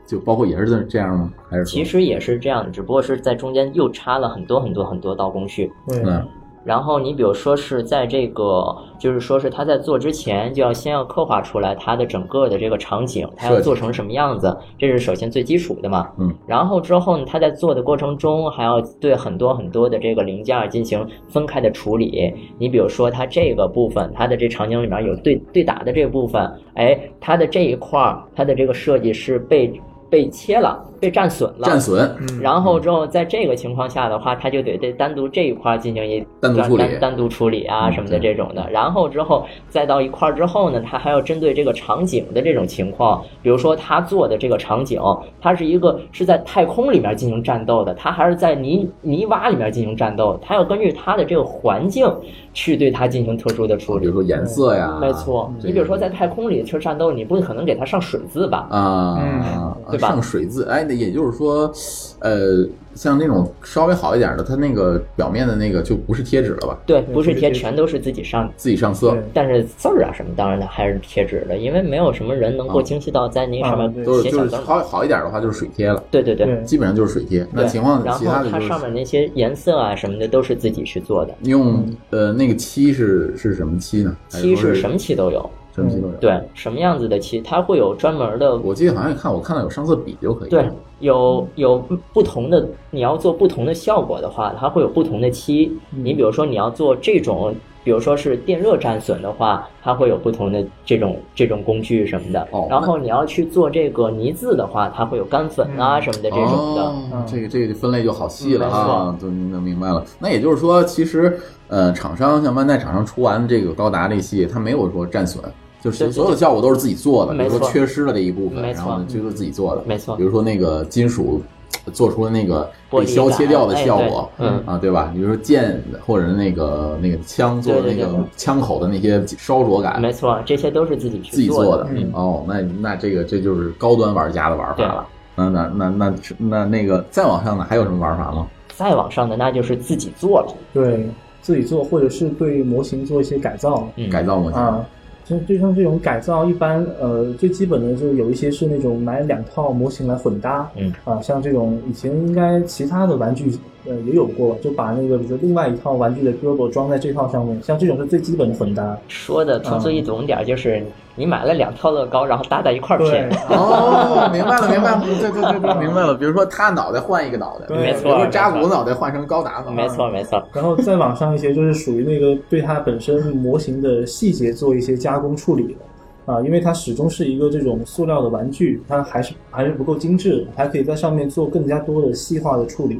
就包括也是这样吗？还是说其实也是这样的，只不过是在中间又插了很多很多很多道工序。对，嗯然后你比如说是在这个，就是说是他在做之前就要先要刻画出来他的整个的这个场景，他要做成什么样子，这是首先最基础的嘛。嗯。然后之后呢，他在做的过程中还要对很多很多的这个零件儿进行分开的处理。你比如说他这个部分，他的这场景里面有对对打的这个部分，哎，他的这一块儿，他的这个设计是被被切了，被战损了。战损？然嗯后之后，在这个情况下的话，他就得对单独这一块儿进行一单独处理单单独处理啊嗯什么的对这种的。然后之后再到一块儿之后呢，他还要针对这个场景的这种情况，比如说他做的这个场景，它是一个是在太空里面进行战斗的，它还是在泥泥洼里面进行战斗，它要根据它的这个环境去对它进行特殊的处哦比理如。说颜色呀，没错，这你比如说个在太空里去战斗，你不可能给它上水渍吧？啊，嗯对吧上水渍，哎，那也就是说，呃，像那种稍微好一点的，它那个表面的那个就不是贴纸了吧？对，不是对贴，对全都是自己上的。自己上色对但是字儿啊什么，当然的还是贴纸的，因为没有什么人能够精细到在那上啊面对都是写就小是字儿。好好一点的话就是水贴了，对对对，对，基本上就是水贴。那对情况然其他后的它就是上面那些颜色啊什么的都是自己去做的，用呃那个漆是是什么漆呢？还嗯漆说是哎是什么漆都有，什么漆都有。，对，什么样子的漆，它会有专门的，我记得好像看我看到有上色笔就可以。对，，有有不同的，你要做不同的效果的话，它会有不同的漆。嗯你比如说你要做这种。比如说是电热战损的话，它会有不同的这种这种工具什么的。哦然后你要去做这个泥渍的话，它会有干粉啊什么的这种的。嗯哦嗯这个这个分类就好细了嗯没错啊，都能明白了。那也就是说，其实呃，厂商像万代厂商出完这个高达这一系列，它没有说战损，就是对所有的效果都是自己做的，比没如错说缺失了这一部分，没然错后呢就是自己做的，没错比如说那个金属。做出了那个玻璃被削切掉的感哎效果，对嗯啊，对吧？比如说剑或者那个那个枪做的对那对个对枪口的那些烧灼感，没错，这些都是自己去嗯自己做做的。嗯，哦，那那这个这就是高端玩家的玩法了。那那那那那那个再往上呢，还有什么玩法吗？再往上的那就是自己做了。对自己做或者是对模型做一些改造，嗯，改造模型，啊，就就像这种改造，一般呃最基本的就有一些是那种买两套模型来混搭，嗯啊，像这种以前应该其他的玩具呃也有过，就把那个比如说另外一套玩具的胳膊装在这套上面，像这种是最基本的混搭。说的通俗易嗯懂点儿，就是你买了两套乐高，然后搭在一块儿拼。哦，明白了，明白了，对对对对，明白了。比如说他脑袋换一个脑袋，对没错比如说扎没古错脑袋换成高达脑，没错，没错，然后再往上一些，就是属于那个对它本身模型的细节做一些加工处理的，啊，因为它始终是一个这种塑料的玩具，它还是还是不够精致的，还可以在上面做更加多的细化的处理。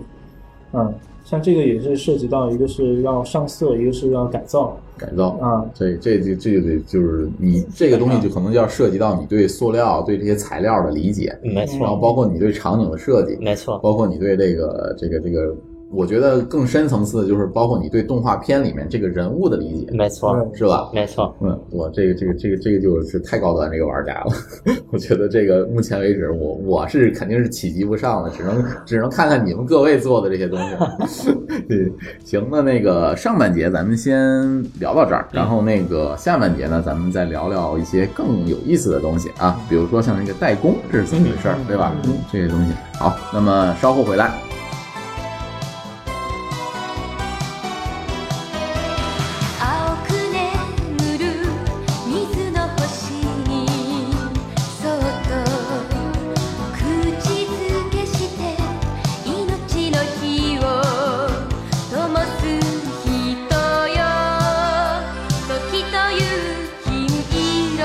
嗯，像这个也是涉及到一个是要上色，一个是要改造改造。啊，这这这这就得就是你这个东西就可能就要涉及到你对塑料、对这些材料的理解，没然后错，包括你对场景的设计，没错，包括你对这个这个这个我觉得更深层次的就是包括你对动画片里面这个人物的理解，没错，是吧？没错，嗯，我这个这个这个这个就是太高端这个玩家了， 我觉得这个目前为止我我是肯定是企及不上的，只能只能看看你们各位做的这些东西。 对，行，那那个上半节咱们先聊到这儿，然后那个下半节呢，咱们再聊聊一些更有意思的东西啊，比如说像这个代工这是怎么回事儿，对吧？这些东西。好，那么稍后回来。青く眠る水の星にそっと口づけして命の火を灯す人よ時という金色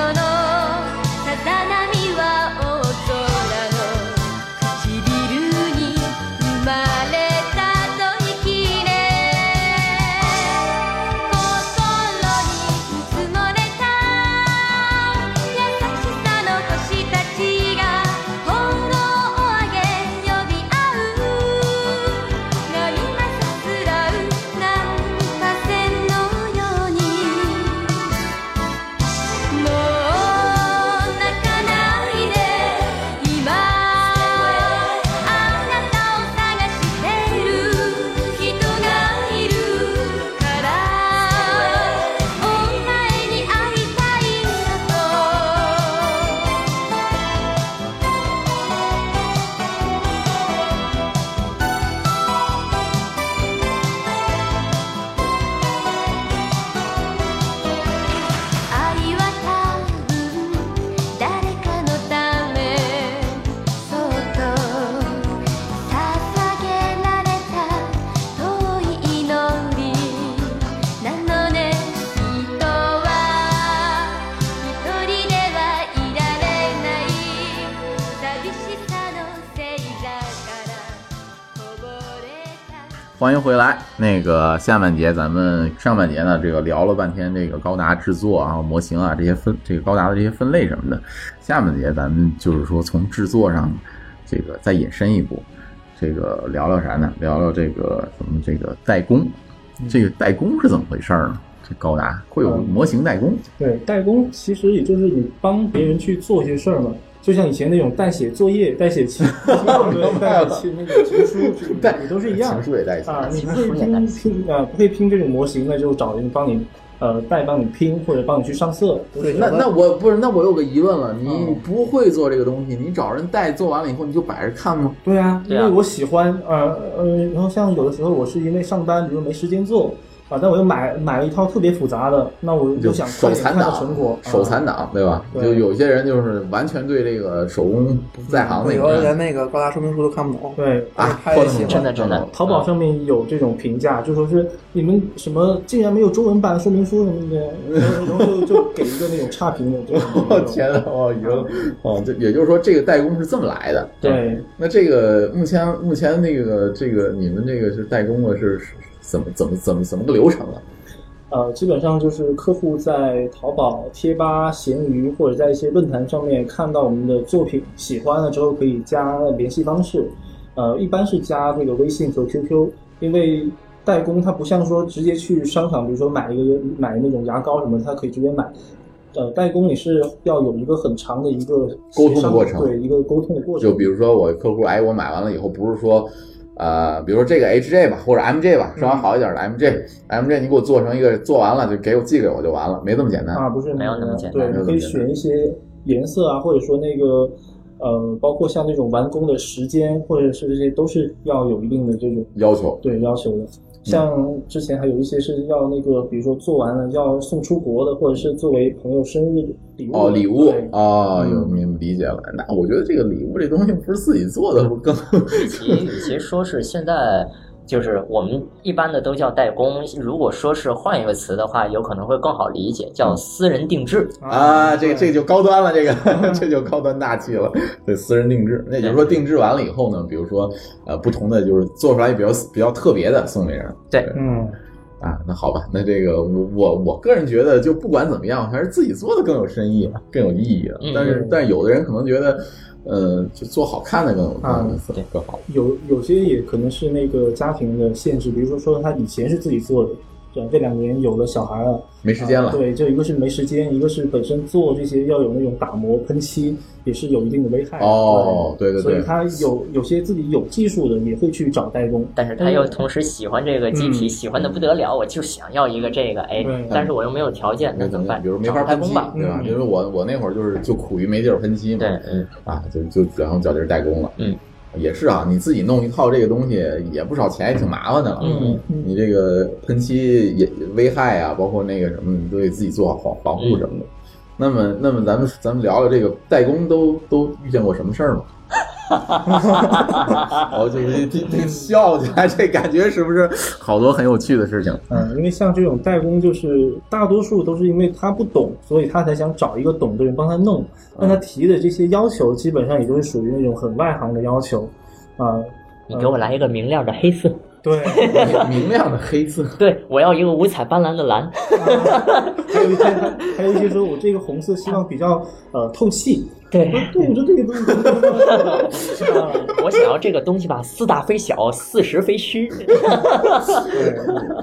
のさざ波は大空の「唇に生まれたと生きれ」「心にうつもれた優しさの星たちが炎を上げ呼び合う」「波がさすらう難破線のように」「もう泣かないで今」「あなたを探している人がいるから」「お前に会いたいんだと」愛は多分誰かのためそっと捧げられた遠い祈りなのね人は一人ではいられない寂しさのせいだからこぼれた欢迎回来。那个下半节，咱们上半节呢，这个聊了半天这个高达制作啊、模型啊这些分，这个高达的这些分类什么的。下半节咱们就是说从制作上，这个再引申一步，这个聊聊啥呢？聊聊这个咱们这个代工，这个代工是怎么回事儿呢？这高达会有嗯模型代工，对，代工其实也就是你帮别人去做些事儿嘛，就像以前那种代写作业、代写 情，对，代写那个情书，代你都是一样情书也代写啊。你不会拼拼啊，不会拼这种模型的，就找人帮你呃代帮你拼，或者帮你去上色。都是那那我不是，那我有个疑问了，你嗯不会做这个东西，你找人代做完了以后，你就摆着看吗？对啊，对因啊为我喜欢，呃呃，然后像有的时候我是因为上班，比如没时间做啊，但我又买买了一套特别复杂的，那我就想快手点残看到成党果，，手残党，啊对吧？对就有些人就是完全对这个手工不在行那有种的连人那个高达说明书都看不懂。对，啊，拍的喜喜欢欢真的真嗯的淘宝上面有这种评价，就说是你们什么竟然没有中文版说明书什么的，然后就就给一个那种差评的，就是 我天呐，哦，有哦，这也就是说，这个代工是这么来的。啊对，那这个目前目前那个这个你们这个是代工的是是怎么怎么怎么怎么个流程啊？呃，基本上就是客户在淘宝、贴吧、闲鱼或者在一些论坛上面看到我们的作品，喜欢了之后可以加联系方式，呃，一般是加这个微信和 QQ，因为代工它不像说直接去商场，比如说买一个买那种牙膏什么，它可以直接买。呃，代工你是要有一个很长的一个沟通的协商过程对一个沟通的过程。就比如说我客户，哎，我买完了以后不是说，呃，比如说这个 HJ 吧，或者 MJ 吧，稍微好一点的 MJ，MJ 你给我做成一个，做完了就给我寄给我就完了，没这么简单。啊，不是嗯没有那么简单对，你可以选一些颜色啊，或者说那个呃，包括像那种完工的时间，或者是这些，都是要有一定的这种要求对要求嗯的。像之前还有一些是要那个，比如说做完了要送出国的，或者是作为朋友生日礼物哦，礼物对嗯啊哦，有明理解了。那我觉得这个礼物这东西不是自己做的，不更与其与其说是现在。就是我们一般的都叫代工，如果说是换一个词的话，有可能会更好理解，嗯叫私人定制。 啊，这个这对个就高端了，这 个这就高端大气了。对，私人定制，那也就是说定制完了以后呢，比如说呃，不同的就是做出来比较比较特别的送给人。嗯，啊，那好吧，那这个我我我个人觉得，就不管怎么样，还是自己做的更有深意，更有意义了嗯。但是，但是有的人可能觉得，呃，就做好看的更有啊更更好。有有些也可能是那个家庭的限制，比如说说他以前是自己做的，对吧，这两年有了小孩了，没时间了啊对，就一个是没时间，一个是本身做这些要有那种打磨、喷漆，也是有一定的危害的。哦对对所以对他有有些自己有技术的也会去找代工，嗯但是他又同时喜欢这个机体，嗯喜欢的不得了，我就想要一个这个，哎对，但是我又没有条件，那那怎怎么么办？办？比如没法找代喷漆，工吧。对吧？嗯因为我我那会儿就是就苦于没地儿喷漆嘛，对，嗯，啊，就就然后找地儿代工了，嗯，也是啊，你自己弄一套这个东西也不少钱，也挺麻烦的了，啊嗯，你这个喷漆也危害啊，包括那个什么，你都得自己做好防防护什么嗯的。那么，那么咱们咱们聊聊这个代工都都遇见过什么事儿吗？ 我就是这这笑起来，这感觉是不是好多很有趣的 事情？嗯，因为像这种代工，就是大多数都是因为他不懂，所以他才想找一个懂的人帮他弄。那嗯他提的这些要求，基本上也就是属于那种很外行的要求，啊、你给我来一个明亮的黑色， 对，明亮的黑色，对我要一个五彩斑斓的蓝，还有一些还有一些说我这个红色希望比较呃透气， 对对，我说这个东西怎么能弄到，是吧？ 我想要这个东西吧，四大非小，四十非虚。 对，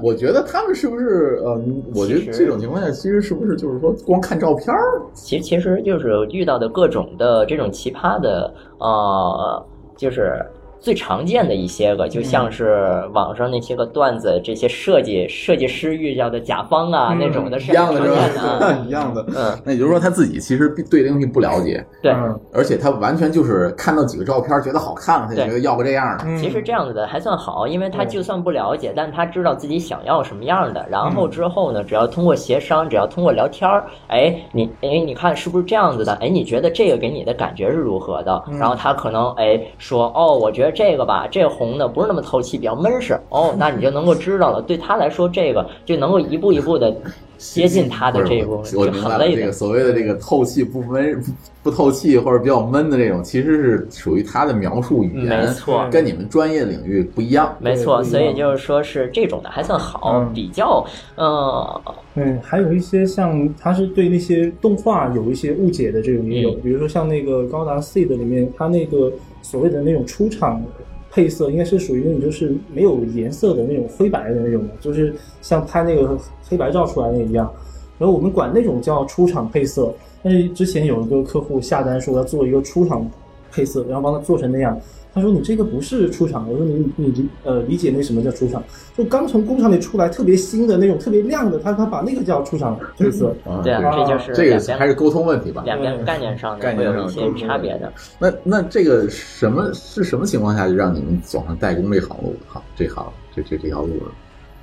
我觉得他们是不是呃，我觉得这种情况下，其实是不是就是说光看照片儿？其其实就是遇到的各种的这种奇葩的，呃，就是最常见的一些个，就像是网上那些个段子，这些设计设计师遇到的甲方啊、嗯那种的一是样很的常是见的啊。 吧？一样的。嗯，那也就是说，他自己其实对这个东西不了解，对。嗯而且他完全就是看到几个照片觉得好看，他就对觉得要个这样的。嗯其实这样子的还算好，因为他嗯对就算不了解，但他知道自己想要什么样的。然嗯后之后呢，只要通过协商，只要通过聊天儿，哎，你哎，你看是不是这样子的？哎，你觉得这个给你的感觉是如何的？嗯然后他可能哎说哦，我觉得这个吧，这红的不是那么透气，比较闷实。哦，那你就能够知道了。对他来说，这个就能够一步一步的接近他的这一部不分，是我就我明白很了，累这的个。所谓的这个透气不闷、 不不透气或者比较闷的这种，其实是属于他的描述语嗯言，没错跟你们专业领域不一样。没错，对不一所样以就是说是这种的还算好，嗯比较呃嗯，还有一些像他是对那些动画有一些误解的这种也有，嗯比如说像那个高达 seed 里面，它那个所谓的那种出厂配色，应该是属于那种就是没有颜色的那种灰白的那种，就是像拍那个黑白照出来那一样。然后我们管那种叫出厂配色，但是哎之前有一个客户下单说要做一个出厂配色，然后帮他做成那样。他说你这个不是出厂，我说你你理呃理解那什么叫出厂？就刚从工厂里出来特别新的那种特别亮的，他他把那个叫出厂配色。啊对啊，对这就是这个两边还是沟通问题吧。两边概念上概的会念上有一些差别的。那那这个什么是什么情况下就让你们走上代工这行路？好，这行这这这条路了？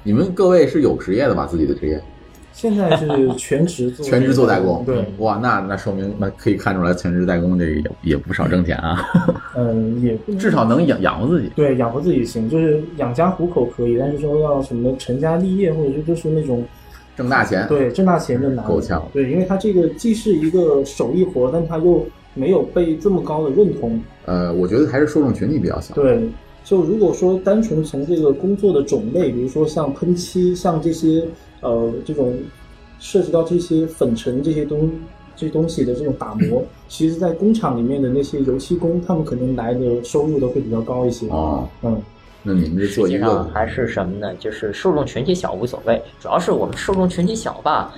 你们各位是有职业的吧？自己的职业， 现在是全职做全职做代工。嗯对，，哇，那那说明那可以看出来，全职代工这个也也不少挣钱啊，嗯，也不 至少能养养活自己。对养活自己行，就是养家糊口可以，但是说要什么成家立业，或者是就是那种挣大钱，对，挣大钱的难够呛对，因为他这个既是一个手艺活，但他又没有被这么高的认同。呃，我觉得还是受众群体比较小。对，就如果说单纯从这个工作的种类，比如说像喷漆，像这些呃这种涉及到这些粉尘这些东这东西的这种打嗯磨，其实在工厂里面的那些油漆工，他们可能来的收入都会比较高一些。哦，嗯，那你们是做实一际上个还是什么呢？就是受众群体小无所谓，主要是我们受众群体小吧，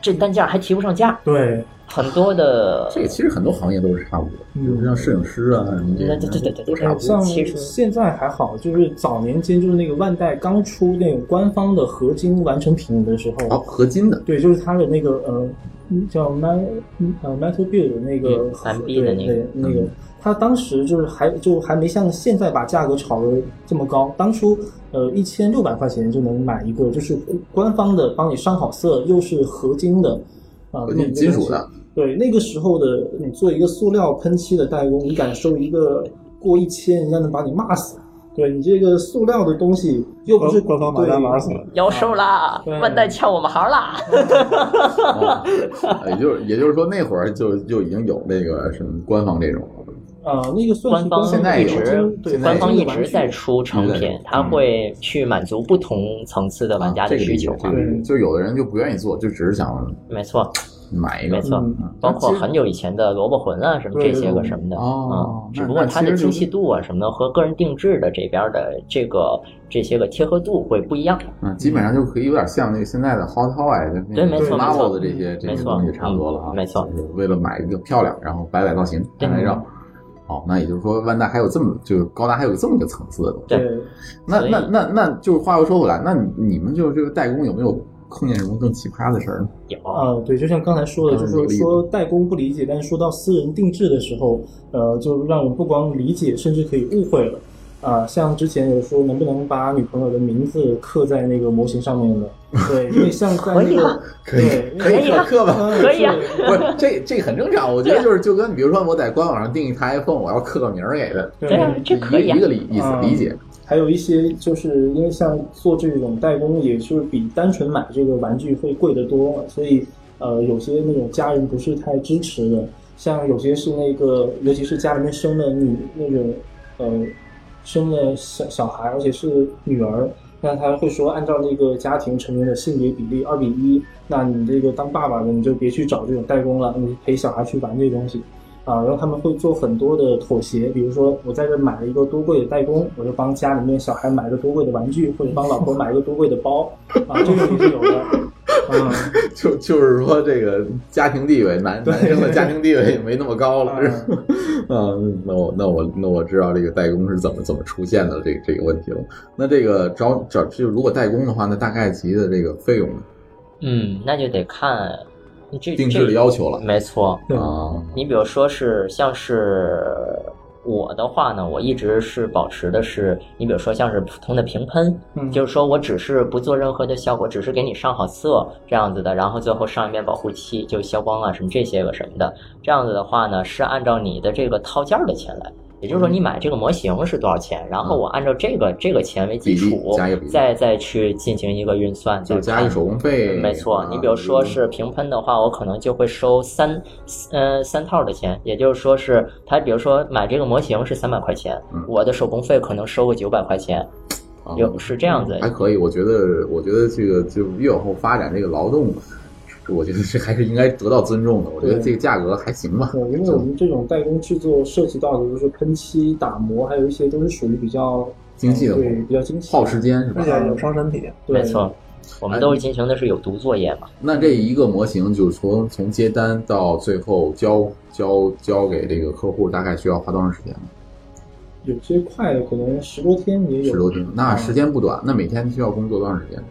这单价还提不上价，对，很多的这个，其实很多行业都是差不多，比嗯如像摄影师啊什么这对对对对对都差不多像。其实现在还好，就是早年间就是那个万代刚出那种官方的合金完成品的时候，哦，合金的，对，就是它的那个呃，嗯叫 Man 嗯呃 Metal Build 的那个嗯反对币的那个嗯对那个，它当时就是还就还没像现在把价格炒得这么高，当初呃一千六百块钱就能买一个，就是官方的帮你上好色，又是合金的。啊，合那金金属的，对，那个时候的你做一个塑料喷漆的代工，你敢收一个过一千，人家能把你骂死。对你这个塑料的东西又不是官方把他骂死了。要收啦，对万代撬我们行啦， 哦也就是也就是说那会儿就就已经有这个什么官方这种了，啊、那个算官是方官现在一有的直对现在官有方一完直全在出成对对品，他会去满足不同层次的玩家啊这的个理解需求这嘛个。对理解就有的人就不愿意做，就只是想没错，买一没个。错嗯，包括很久以前的萝卜魂啊，什么这些个什么的，哦嗯，那只不过它那其的实就精是细度啊什么的和个人定制的这边的这个这些个贴合度会不一样，嗯，基本上就可以有点像那个现在的 Hot Toy 的那对没个错 Marvel 没错的这些这没些错东西差不多了啊，嗯没错就是为了买一个漂亮，然后摆摆造型，拍拍照。哦，那也就是说，万代还有这么就是高达还有这么个层次的东西。对对，那所以那那那就是话又说回来，那你你们就是这个代工有没有碰见什么更奇葩的事儿呢？有哦啊，对，就像刚才说的，就刚才有例是子说代工不理解，但是说到私人定制的时候，呃，就让人不光理解，甚至可以误会了。啊、像之前有说能不能把女朋友的名字刻在那个模型上面的，对，因为像在那啊个，对，因为以可可 吧？嗯可以啊是不是，这这很正常。我觉得就是就跟比如说我在官网上订一台 iPhone，我要刻个名儿给它，对对啊，这可以啊一个理意思嗯理解。还有一些就是因为像做这种代工，也是比单纯买这个玩具会贵得多，所以呃，有些那种家人不是太支持的，像有些是那个，尤其是家里面生了女那种呃生了小小孩，而且是女儿。那他会说，按照那个家庭成员的性别比例二比一，那你这个当爸爸的你就别去找这种代工了，你陪小孩去玩这东西。啊，然后他们会做很多的妥协，比如说我在这买了一个多贵的代工，我就帮家里面小孩买个多贵的玩具，或者帮老婆买一个多贵的包，啊，这种也是有的。 嗯，就就是说，这个家庭地位，男男生的家庭地位也没那么高了，是吧？嗯，那我那我那我知道这个代工是怎么怎么出现的这个、这个问题了。那这个找找就如果代工的话，那大概其的这个费用呢嗯，那就得看这定制的要求求了没错，对啊。你比如说是像是我的话呢，我一直是保持的是，你比如说像是普通的平喷，嗯就是说我只是不做任何的效果，只是给你上好色这样子的，然后最后上一遍保护漆就消光啊什么这些个什么的，这样子的话呢是按照你的这个套件儿的钱来。也就是说，嗯你买这个模型是多少钱？然后我按照这个这个钱为基比例础加一个比例，再再去进行一个运算，就再加个看手工费，没错啊，你比如说是平喷的话，我可能就会收三，呃，三套的钱，也就是说是他，比如说买这个模型是三百块钱嗯，我的手工费可能收个九百块钱，啊有是这样子。还可以。我觉得，我觉得这个就越往后发展，这个劳动，我觉得这还是应该得到尊重的。我觉得对这个价格还行吧。对，呃因为我们这种代工制作涉及到的就是喷漆、打磨，还有一些都是属于比较精细的对，比较精细的，耗时间是吧而？且有伤身体。对没错，我们都是进行的是有毒作业嘛。那这一个模型就是从从接单到最后交交交给这个客户，大概需要花多长时间呢？有些快的可能十多天也有，十多天，那时间不短。那每天需要工作多长时间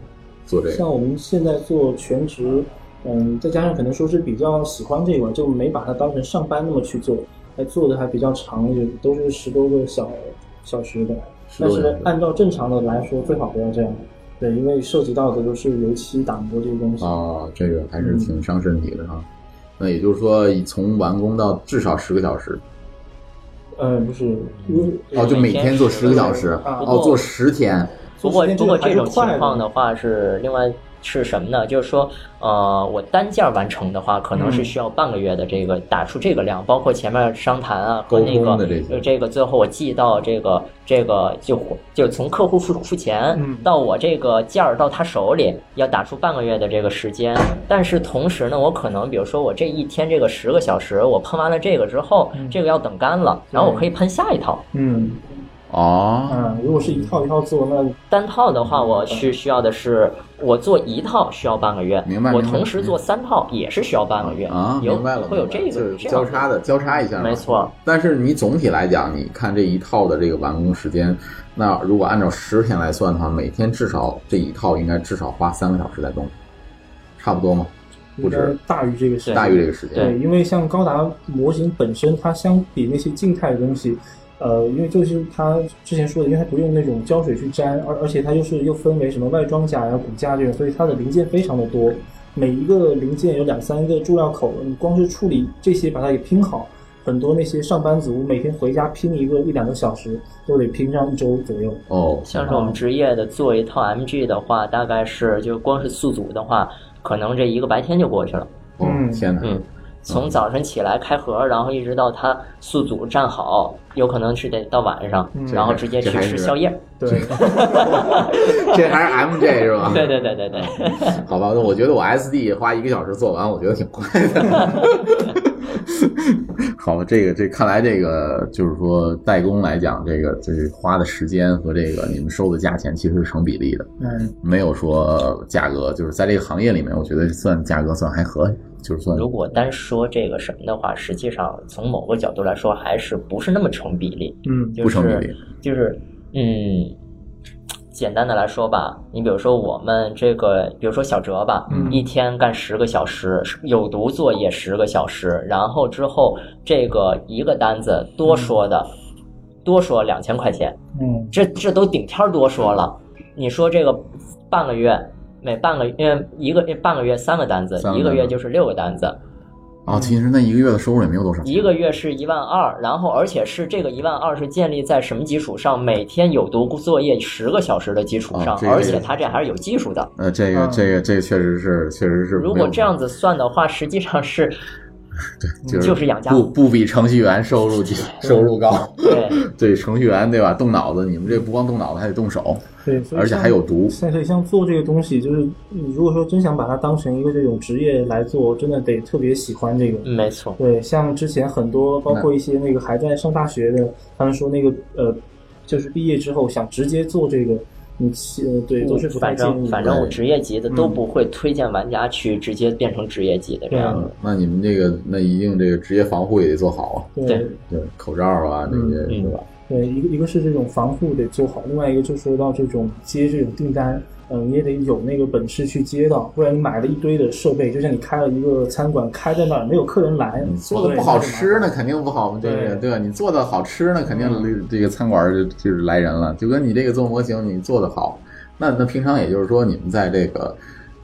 做这个？嗯像我们现在做全职，嗯，再加上可能说是比较喜欢这个，就没把它当成上班那么去做，还做的还比较长，也都是十多个小小时的。十但多是天按照正常的来说，最好不要这样。嗯对，因为涉及到的都是油漆、打磨这些东西。啊，这个还是挺伤身体的哈。那也就是说，从完工到至少十个小时，呃，不是，因为哦，就每天做十个小时，嗯啊哦，做十天，不做过时间不过还这是种快情况的的话是另外是什么呢？就是说，呃，我单件完成的话，可能是需要半个月的这个打出这个量，包括前面商谈啊和那沟通个的这些呃这个最后我寄到这个这个就就从客户付付钱嗯到我这个件儿到他手里要打出半个月的这个时间，但是同时呢，我可能比如说我这一天这个十个小时，我喷完了这个之后，这个要等干了，然后我可以喷下一套。嗯哦，啊，如果是一套一套做，那单套的话，我是需要的是，我做一套需要半个月，明白我明白同时做三套也是需要半个月啊，嗯有明白了，会有明白这了个就是这样交叉的交叉一下，没。错，但是你总体来讲，你看这一套的这个完工时间，那如果按照十天来算的话，每天至少这一套应该至少花三个小时在动，差不多吗？不应该止，大于这个时间。对大于这个时间。对，因为像高达模型本身，它相比那些静态的东西，呃，因为就是它之前说的，因为它不用那种胶水去粘，而而且它又是又分为什么外装甲呀、骨架这种，所以它的零件非常的多，每一个零件有两三个注料口，你光是处理这些把它给拼好，很多那些上班族每天回家拼一个一两个小时，都得拼上一周左右。哦，像是我们职业的做一套 MG 的话，大概是就光是宿组的话，可能这一个白天就过去了。哦嗯 天哪！嗯从早晨起来开盒，然后一直到它宿主站好，有可能是得到晚上，然后直接去这还吃是宵夜。对，这还是 MJ 是吧？对对对对对， 好吧，我觉得我 SD 花一个小时做完，我觉得挺快的。 好吧，这个这看来这个就是说代工来讲，这个就是花的时间和这个你们收的价钱其实是成比例的，嗯，没有说价格，就是在这个行业里面，我觉得算价格算还合理，就是算如果单说这个什么的话，实际上从某个角度来说，还是不是那么成比例。嗯，就是不成比例。就是嗯，简单的来说吧，你比如说我们这个，比如说小哲吧，嗯一天干十个小时，有毒作业十个小时，然后之后这个一个单子嗯多说的，多说两千块钱，嗯，这这都顶天儿多说了。你说这个半个月，每半个月一个呃半个月三个单子三，个一个单月子就是六个单子，哦，其实那一个月的收入也没有多少钱，一个月是一万二，然后而且是这个一万二是建立在什么基础上？每天有读作业十个小时的基础上啊这，个而且它这还是有技术的。呃，这个嗯这个这个确实是确实是没有，啊如果这样子算的话，实际 上是就是就是养家不不比程序员收入低收入高，对，嗯对程序员对吧？动脑子，你们这不光动脑子，还得动手，对，所以而且像还有毒。所以所以像做这个东西，就是你如果说真想把它当成一个这种职业来做，真的得特别喜欢这个。嗯没错，对，像之前很多，包括一些那个还在上大学的，他们说那个呃，就是毕业之后想直接做这个，你其呃对都是不太反建议正的。反正我职业级的都不会推荐玩家去直接变成职业级的这样的。嗯那你们这个那一定这个职业防护也得做好啊，对对对口罩啊这些嗯对吧？对，一个一个是这种防护得做好，另外一个就说到这种接这种订单，嗯、你也得有那个本事去接到，不然你买了一堆的设备，就像你开了一个餐馆，开在那儿没有客人来，嗯你所做有的人不都好是麻吃烦那肯定不好，这个对嗯对吧？你做的好吃那肯定这个餐馆就就是来人了，就跟你这个做模型你做的好，那那平常也就是说你们在这个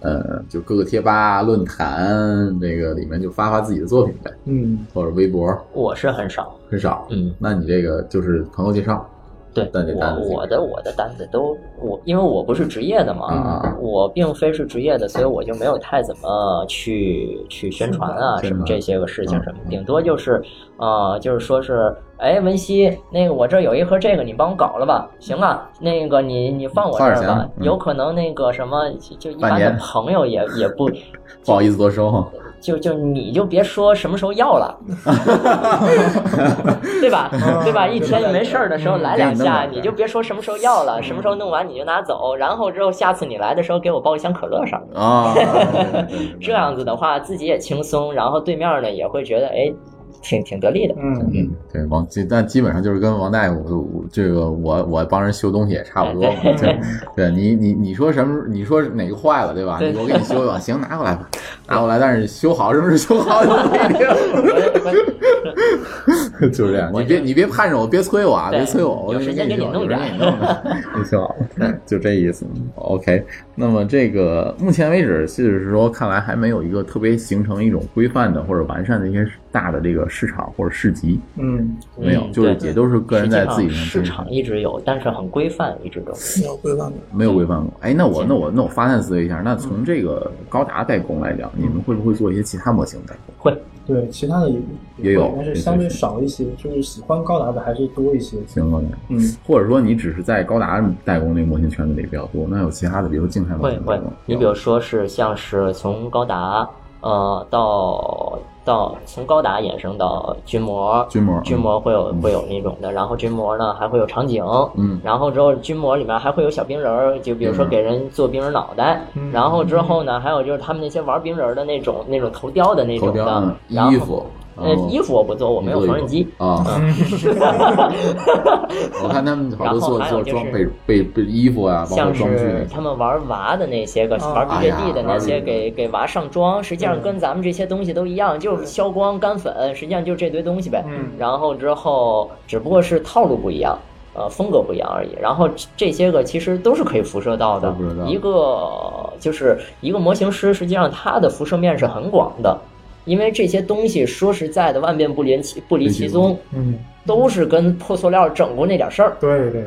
呃就各个贴吧论坛这个里面就发发自己的作品呗，嗯，或者微博我是很少，很少。嗯，那你这个就是朋友介绍，对，那这单我子我的我的单子都我，因为我不是职业的嘛，啊我并非是职业的，所以我就没有太怎么去去宣传啊宣传什么这些个事情嗯什么，嗯顶多就是呃就是说是，哎文熙，那个我这儿有一盒这个，你帮我搞了吧，行啊，那个你你放我这放点儿吧钱，嗯有可能那个什么就就一般半的年朋友也也不不好意思多收哈。就就你就别说什么时候要了， 啊对吧？对吧？一天没事儿的时候来两下，嗯你就别说什么时候要了，什么时候弄完你就拿走，然后之后下次你来的时候给我抱一箱可乐啥的。啊，这样子的话，自己也轻松，然后对面呢也会觉得哎，挺挺得力的。嗯，嗯，对，王，这但基本上就是跟王大夫，我我这个我我帮人修东西也差不多。哎 对，对你你你说什么？你说哪个坏了，对吧？对我给你修 吧，行，拿过来吧，拿过来。但是修好是不是修好就不一定， 就是这样。你别你别盼着我，别催我啊，对别催我，我有时间给给你弄有时间给点你弄 点，就挺好。就这意思。OK，那么这个目前为止，就是说看来还没有一个特别形成一种规范的或者完善的一些大的这个市场或者市集。嗯， 没有，嗯就是对也都是个人在自己实际上上市争场一直有，但是很规范，一直都。没有规范的，没有规范过。哎，那嗯我那我那我发散思维一下，那从这个高达代工来讲，你们会不会做一些其他模型代工？对，其他的也也有会但是相对少一些，就是喜欢高达的还是多一些。行了，嗯，或者说你只是在高达代工那个模型圈子里比较多，那有其他的，比如静态模会型代会工，，你比如说是像是从高达呃到到从高达衍生到军模，军模军模会有嗯会有那种的，然后军模呢还会有场景，嗯然后之后军模里面还会有小冰人儿，就比如说嗯给人做冰人脑袋，嗯然后之后呢还有就是他们那些玩冰人儿的那种那种头雕的那头种雕的嗯，然后衣。服，嗯呃，衣服我不做，我没有缝纫机。嗯啊。 我看他们好多做然后还有做就是装备备备衣服啊，包括像装具是那些他们玩娃的那些个哦玩哎毕业呀地的那玩毕业些地给给娃上妆，实际上跟咱们这些东西都一样，就是消光干粉，实际上就这堆东西呗。嗯然后之后只不过是套路不一样，呃，风格不一样而已。然后这这些个其实都是可以辐射到的都辐射到。一个就是一个模型师，实际上他的辐射面是很广的，因为这些东西说实在的，万变不离其不离离其其宗。嗯，都是跟破塑料整过那点事儿。对啊对，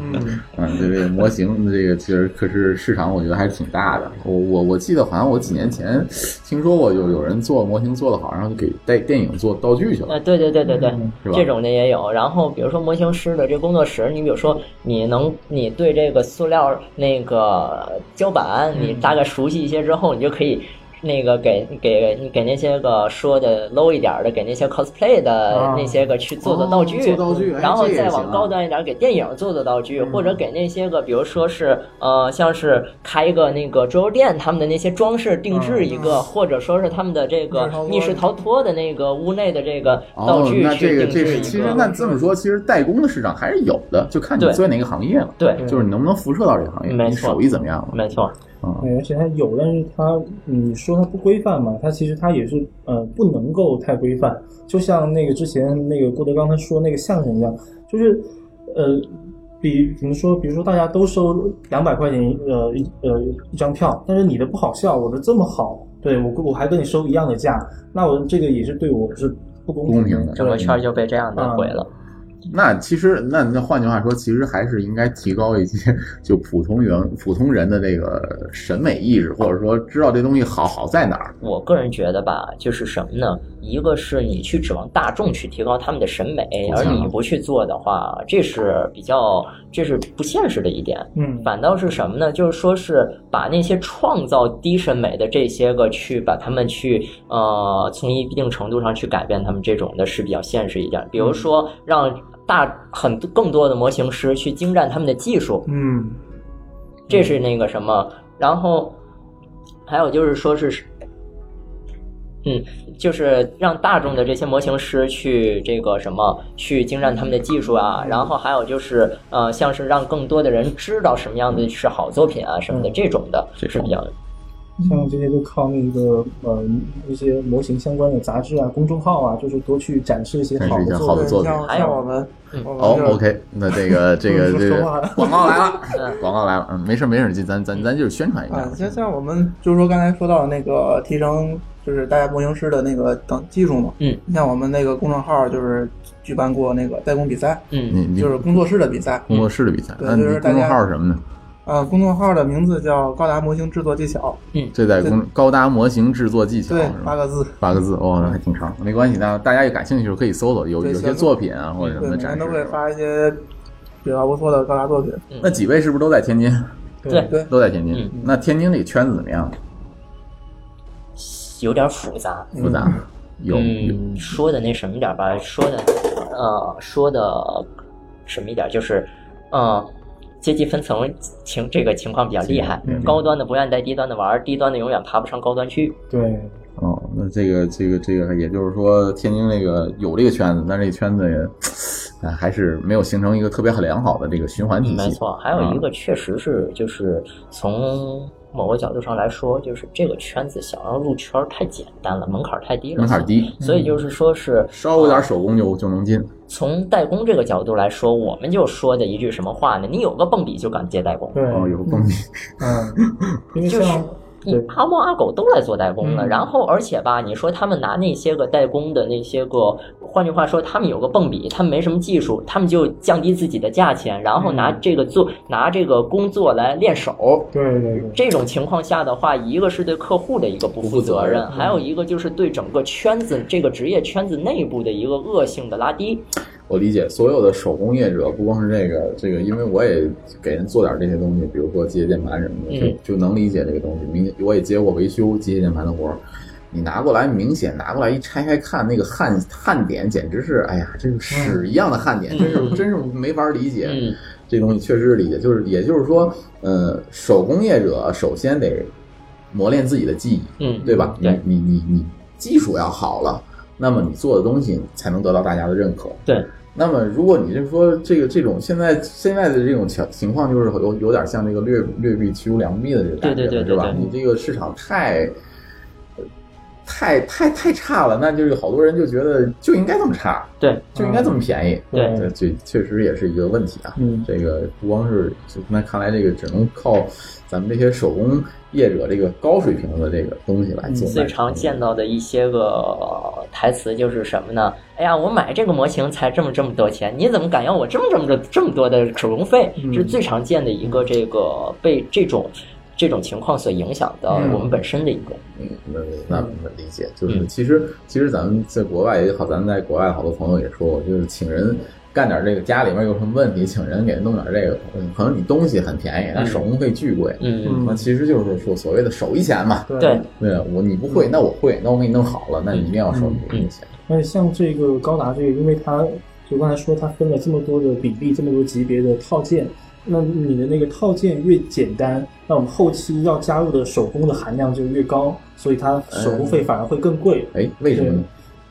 嗯，嗯，这个模型这个其实可是市场，我觉得还是挺大的。我我我记得好像我几年前听说过有有人做模型做得好，然后就给带电影做道具去了。呃，对对对对对嗯，是吧这种的也有。然后比如说模型师的这工作室，你比如说你能你对这个塑料那个胶板，嗯你大概熟悉一些之后，你就可以。那个给给给那些个说的 low 一点儿的，给那些 cosplay 的啊那些个去做做哦道具，做道具哎然后这也再行往啊高端一点儿，给电影做做道嗯具，或者给那些个，比如说是呃，像是开一个那个桌游店，他们的那些装饰定制一嗯个，或者说是他们的这个密室逃脱的那个屋内的这个呃道哦，具那这去个定这制是一其实个。那这么说，其实代工的市场还是有的，就看你对做哪个行业了。对，就是你能不能辐射到这个行业，没你错手艺怎么样了？没错，嗯，哎对而且它有，但是它你说它不规范嘛，它其实它也是呃不能够太规范，就像那个之前那个郭德纲他说那个相声一样，就是呃比怎么说，比如说大家都收两百块钱一呃一呃一张票，但是你的不好笑，我的这么好，对我我还跟你收一样的价，那我这个也是对我是不公不公平的。嗯整个圈儿就被这样的毁了。那其实，那那换句话说，其实还是应该提高一些就普通员普通人的这个审美意识，或者说知道这东西好好在哪儿。我个人觉得吧，就是什么呢？一个是你去指望大众去提高他们的审美，而你不去做的话，这是比较这是不现实的一点。嗯，反倒是什么呢？就是说是把那些创造低审美的这些个去把他们去呃，从一定程度上去改变他们这种的是比较现实一点。比如说让大很更多的模型师去精湛他们的技术，嗯，这这是是那个什么，然后还有就是说是，嗯，就是让大众的这些模型师去这个什么去精湛他们的技术嗯啊，然后还有就是呃，像是让更多的人知道什么样的是好作品啊什么的嗯这种的，这是比较像这些就靠那个呃一些模型相关的杂志啊、公众号啊，就是多去展示一些好展示一些的好作的品。作品像还有像我们，嗯我们哦这，OK，那这个 这个说这说话个了广告来了嗯，广告来了，嗯，没事没事，就咱咱咱就是宣传一啊，下像，像我们就是说刚才说到那个提升，就是大家模型师的那个等技术嘛。嗯，像我们那个公众号就是举办过那个代工比赛，嗯你你就是工作室的比赛。工作室的比赛，对那你就是大公家众号是什么呢？呃，公众号的名字叫“高达模型制作技巧这在公高达模型制作技”，巧对是，八吧？个字。八个字，哦，那还挺长，没关系，那大家有感兴趣的时候可以搜搜，有对有些行作品啊或者什对，么的每展年都。示会发一些比较不错的高达作品。嗯那几位是不是都在天津？对，对，都在天嗯津。那天津这圈子怎么样？有点复杂。复杂？ 有有嗯，说的那什么点儿吧，说的呃，说的什么一点儿就是，呃，阶级分层情这个情况比较厉害，嗯高端的不愿带低端的玩儿，低端的永远爬不上高端区。对，哦，那这个这个这个，也就是说，天津这个有这个圈子，但是这个圈子也，哎，还是没有形成一个特别很良好的这个循环体系。没错，还有一嗯个确实是就是从。某个角度上来说，就是这个圈子想要入圈儿太简单了，门槛儿太低了，门槛，低，所以就是说是呃稍微有点手工就就能进。从代工这个角度来说，我们就说的一句什么话呢？你有个蹦迪就敢接代工，对，哦，有个蹦迪，嗯，因为就是像你阿猫嗯阿狗都来做代工了，嗯然后而且吧，你说他们拿那些个代工的那些个，换句话说，他们有个蹦比，他们没什么技术，他们就降低自己的价钱，然后拿这个做、拿这个工作来练手。对对对，这种情况下的话，一个是对客户的一个不负责任，还有一个就是对整个圈子这个职业圈子内部的一个恶性的拉低。我理解，所有的手工业者，不光是这个这个，因为我也给人做点这些东西，比如说机械键盘什么的，嗯就就能理解这个东西。明我也接过维修机械键盘的活儿，你拿过来明显拿过来一拆开看，那个焊焊点简直是，哎呀，这是屎一样的焊点，真 是真是没法理解。嗯，这东西确实是理解，就是也就是说，呃，手工业者首先得磨练自己的技艺，嗯对吧？对你你你你技术要好了，那么你做的东西才能得到大家的认可。对，那么，如果你就说这个这种现在现在的这种情情况，就是有有点像那个劣劣币驱逐良币的这个感觉，对对对对是吧？对你这个市场太呃太太太差了，那就是好多人就觉得就应该这么差，对，嗯就应该这么便宜，对这这确实也是一个问题啊。嗯这个不光是就那看来这个只能靠咱们这些手工嗯业者这个高水平的这个东西来做，最常见到的一些个呃台词就是什么呢？哎呀，我买这个模型才这么这么多钱，你怎么敢要我这么这么这这么多的手工费？这嗯是最常见的一个这个被这种这种情况所影响的嗯我们本身的一个。嗯，那那那理解，就是其实其实咱们在国外也好，咱们在国外好多朋友也说过，就是请人干点这个，家里面有什么问题，请人给弄点这个，嗯，可能你东西很便宜，但手工费巨贵，嗯那其实就是说所谓的手艺钱嗯嘛，对，对我你不会，那我会，那我给你弄好了，那你一定要收你这个钱，而且像这个高达这个，因为它就刚才说它分了这么多的比例，这么多级别的套件，那你的那个套件越简单，那我们后期要加入的手工的含量就越高，所以它手工费反而会更贵。哎，为什么呢？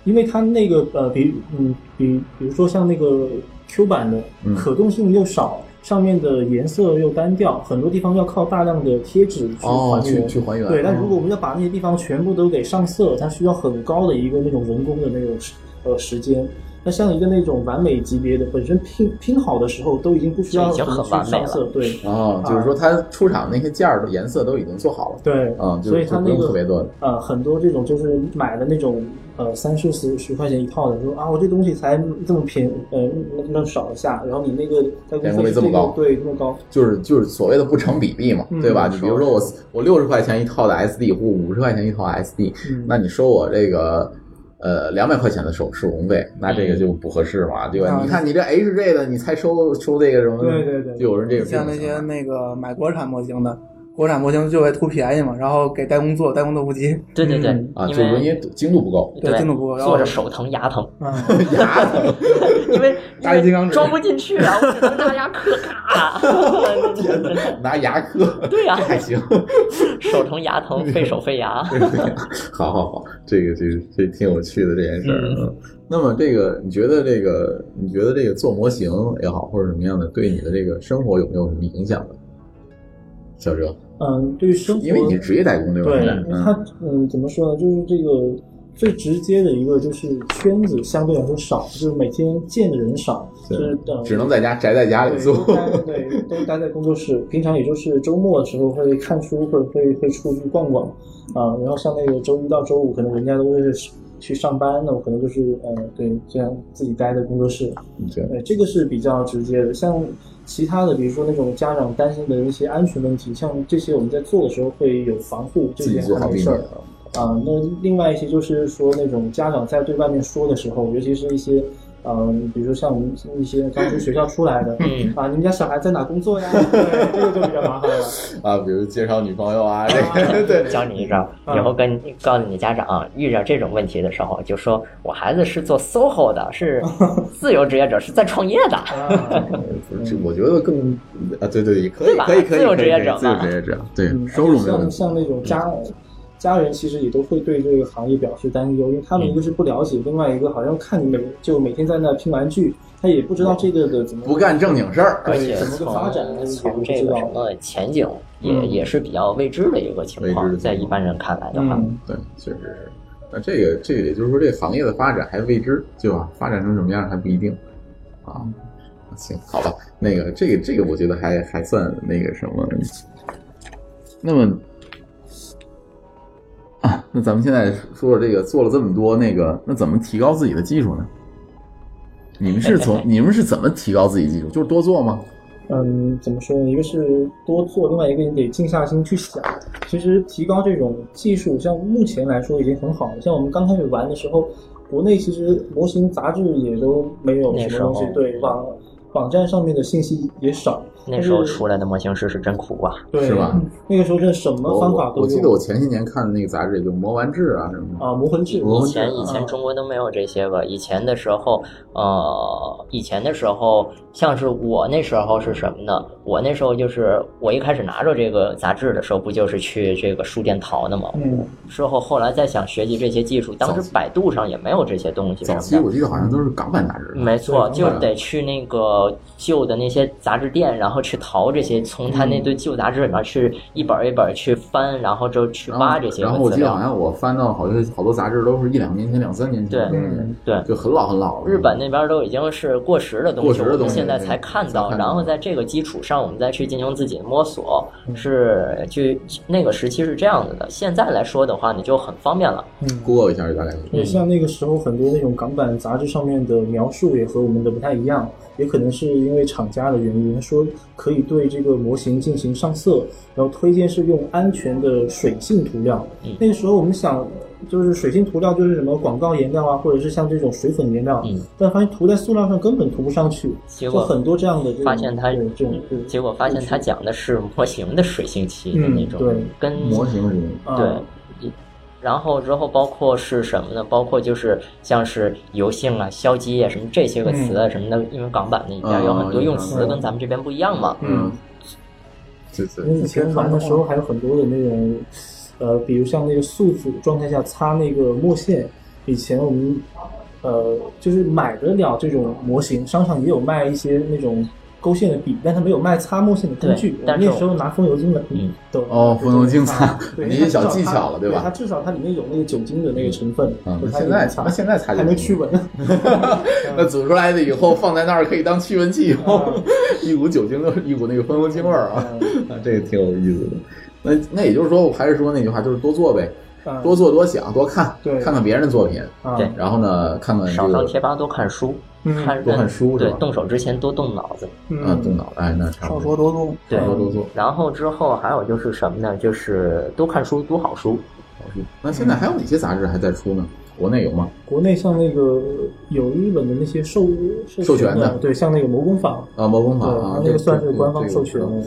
因为它那个呃，比嗯比比如说像那个 Q 版的嗯可动性又少，上面的颜色又单调，很多地方要靠大量的贴纸去哦还原。去去还原对，但嗯如果我们要把那些地方全部都给上色，它需要很高的一个那种人工的那种时呃时间。那像一个那种完美级别的，本身拼拼好的时候都已经不需要已经怎么很去完美上色了对，哦，就是说它出厂那些件儿的颜色都已经做好了，对，嗯，就所以就它不那用个特别多，呃，很多这种就是买的那种呃三四十十块钱一套的，说啊我这东西才这么便宜，呃那那么少一下，然后你那个代代工工费费哎这么个高对这么高，就是就是所谓的不成比例嘛，嗯对吧？你比如说我我六十块钱一套的 SD 或五十块钱一套 SD，、嗯那你收我这个呃两百块钱的手手工费，那嗯这个就不合适嘛，对吧？啊你看你这 HJ 的，你才收收这个什么？对对对就有人这个像那些那个买国产模型的，国产模型就会图便宜嘛，然后给代工做，代工做不急。对对对啊，就是因为精度不够，嗯对精度不够，然后坐着手疼 牙疼，啊牙 疼，因为大力金刚装不进去啊，我只能拿牙磕 咔。天哪，拿牙磕，对呀、还行， 手疼牙 疼，费手费牙。 好好好，这个这个这挺有趣的这件事儿。嗯嗯，那么这个你觉得这个你觉得这个做模型也好，或者什么样的，对你的这个生活有没有什么影响呢？小哲，嗯，对于生活，因为你是职业代工对吧？对，嗯它嗯怎么说呢？就是这个最直接的一个就是圈子相对来说少，就是每天见的人少，就是等只能在家宅在家里做。 对，都待对，都待在工作室。平常也就是周末的时候会看书，或者会会出去逛逛啊。然后像那个周一到周五，可能人家都是去上班，那我可能就是呃，对，这样自己待在工作室。对，对，这个是比较直接的。像其他的，比如说那种家长担心的一些安全问题，像这些我们在做的时候会有防护，这自己些做还好没避事免儿。啊，那另外一些就是说那种家长在对外面说的时候，尤其是一些。嗯，比如说像我们一些刚从学校出来的，嗯啊，你们家小孩在哪工作呀？对，这个就比较麻烦 了。啊，比如介绍女朋友 啊，这个对， 教你一招，嗯以后跟告诉你家长啊，遇到这种问题的时候，就说我孩子是做 SOHO 的，是自由职业者，是在创业的。啊这呃我觉得更啊，对对，也可以对吧可以可以自由可以职业可以者自由嘛职业者，对，收入没嗯有问题。嗯像像那种家、家人，其实也都会对这个行业表示担忧，因为他们一个是不了解，另外一个好像看你每就每天在那拼玩具，他也不知道这个的怎么嗯不干正经事儿而且怎么个发展，他也从不这知个道啊什。么前景也、嗯也是比较未知的一个情况，在一般人看来的话，嗯，对，确实是。那这个这个也就是说，这个行业的发展还未知，对吧？发展成什么样还不一定啊。行，好吧，那个这个这个，我觉得还还算那个什么。那么啊，那咱们现在说说这个做了这么多那个，那怎么提高自己的技术呢？你们是 从你们是怎么提高自己技术？就是多做吗？嗯，怎么说呢？一个是多做，另外一个你得静下心去想。其实提高这种技术，像目前来说已经很好了。像我们刚开始玩的时候，国内其实模型杂志也都没有那什么时候东西，对网网站上面的信息也少。那时候但是出来的模型师是真苦啊，对是吧？那个时候真的什么方法都有。我记得我前些年看的那个杂志，就《魔玩志》啊什么的啊，魔魂志魔以魂志前以前中国都没有这些个，以前的时候，呃，以前的时候，像是我那时候是什么呢？我那时候就是我一开始拿着这个杂志的时候，不就是去这个书店淘的吗？嗯，之后后来再想学习这些技术，当时百度上也没有这些东西。早期我记得好像都是港版杂嗯志，没错，对就港版得去那个旧的那些杂志店，然后去淘这些，从他那嗯堆旧杂志里面去一本一本去翻，然后就去挖这些哦然个后我资记得好料。像我翻到好像好多杂志都是一两年前、两三年前的对东西，对，就很老很老了。日本那边都已经是过时的东西，过时的我们东西现在对才看到，才看到然后在这个基础上，我们再去进行自己的摸索，嗯是去那个时期是这样子的。现在来说的话，你就很方便了。嗯过一下就大概。对，像那个时候很多那种港版杂志上面的描述也和我们的不太一样，也可能是因为厂家的原因，他说可以对这个模型进行上色，然后推荐是用安全的水性涂料。那个时候我们想，就是水性涂料就是什么广告颜料啊，或者是像这种水粉颜料，但发现涂在塑料上根本涂不上去，结就果很多这样的这种发现它这种这种这种结果发现他讲的是模型的水性漆的嗯那种，对跟模型是啊对。一然后之后包括是什么呢？包括就是像是油性啊、硝基啊什么这些个词啊嗯什么的，因为港版那啊边有很多用词跟咱们这边不一样嘛。嗯，对对因为以前玩的时候还有很多的那种，呃，比如像那个素组状态下擦那个墨线，以前我们呃就是买得了这种模型，商场也有卖一些那种勾线的笔，但它没有卖擦墨线的工具对。我但们是那时候拿风油精的，嗯，对，哦，风油精擦，对，你小技巧了，对吧它？至少它里面有那个酒精的那个成分，嗯所以它现在也能擦那现在擦还酒能精驱蚊， 那煮出来的以后放在那儿可以当驱蚊器用，嗯 一股酒精的，一股那个风油精味儿啊，啊，这个挺有意思的。那那也就是说，我还是说那句话，就是多做呗，嗯多做多想多看，对看看别人的作品，啊对然后呢，看看这少上个贴吧，多看书，嗯看多看书是对吧，动手之前多动脑子。啊，嗯，动脑袋，那差少不说多，多动，对少说多做。然后之后还有就是什么呢？就是多看书，读好书。那现在还有哪些杂志还在出呢？国内有吗？国内像那个有日本的那些授授授权的的，对，像那个魔工坊，啊，毛工坊对啊，，那这个算是官方授权这个的。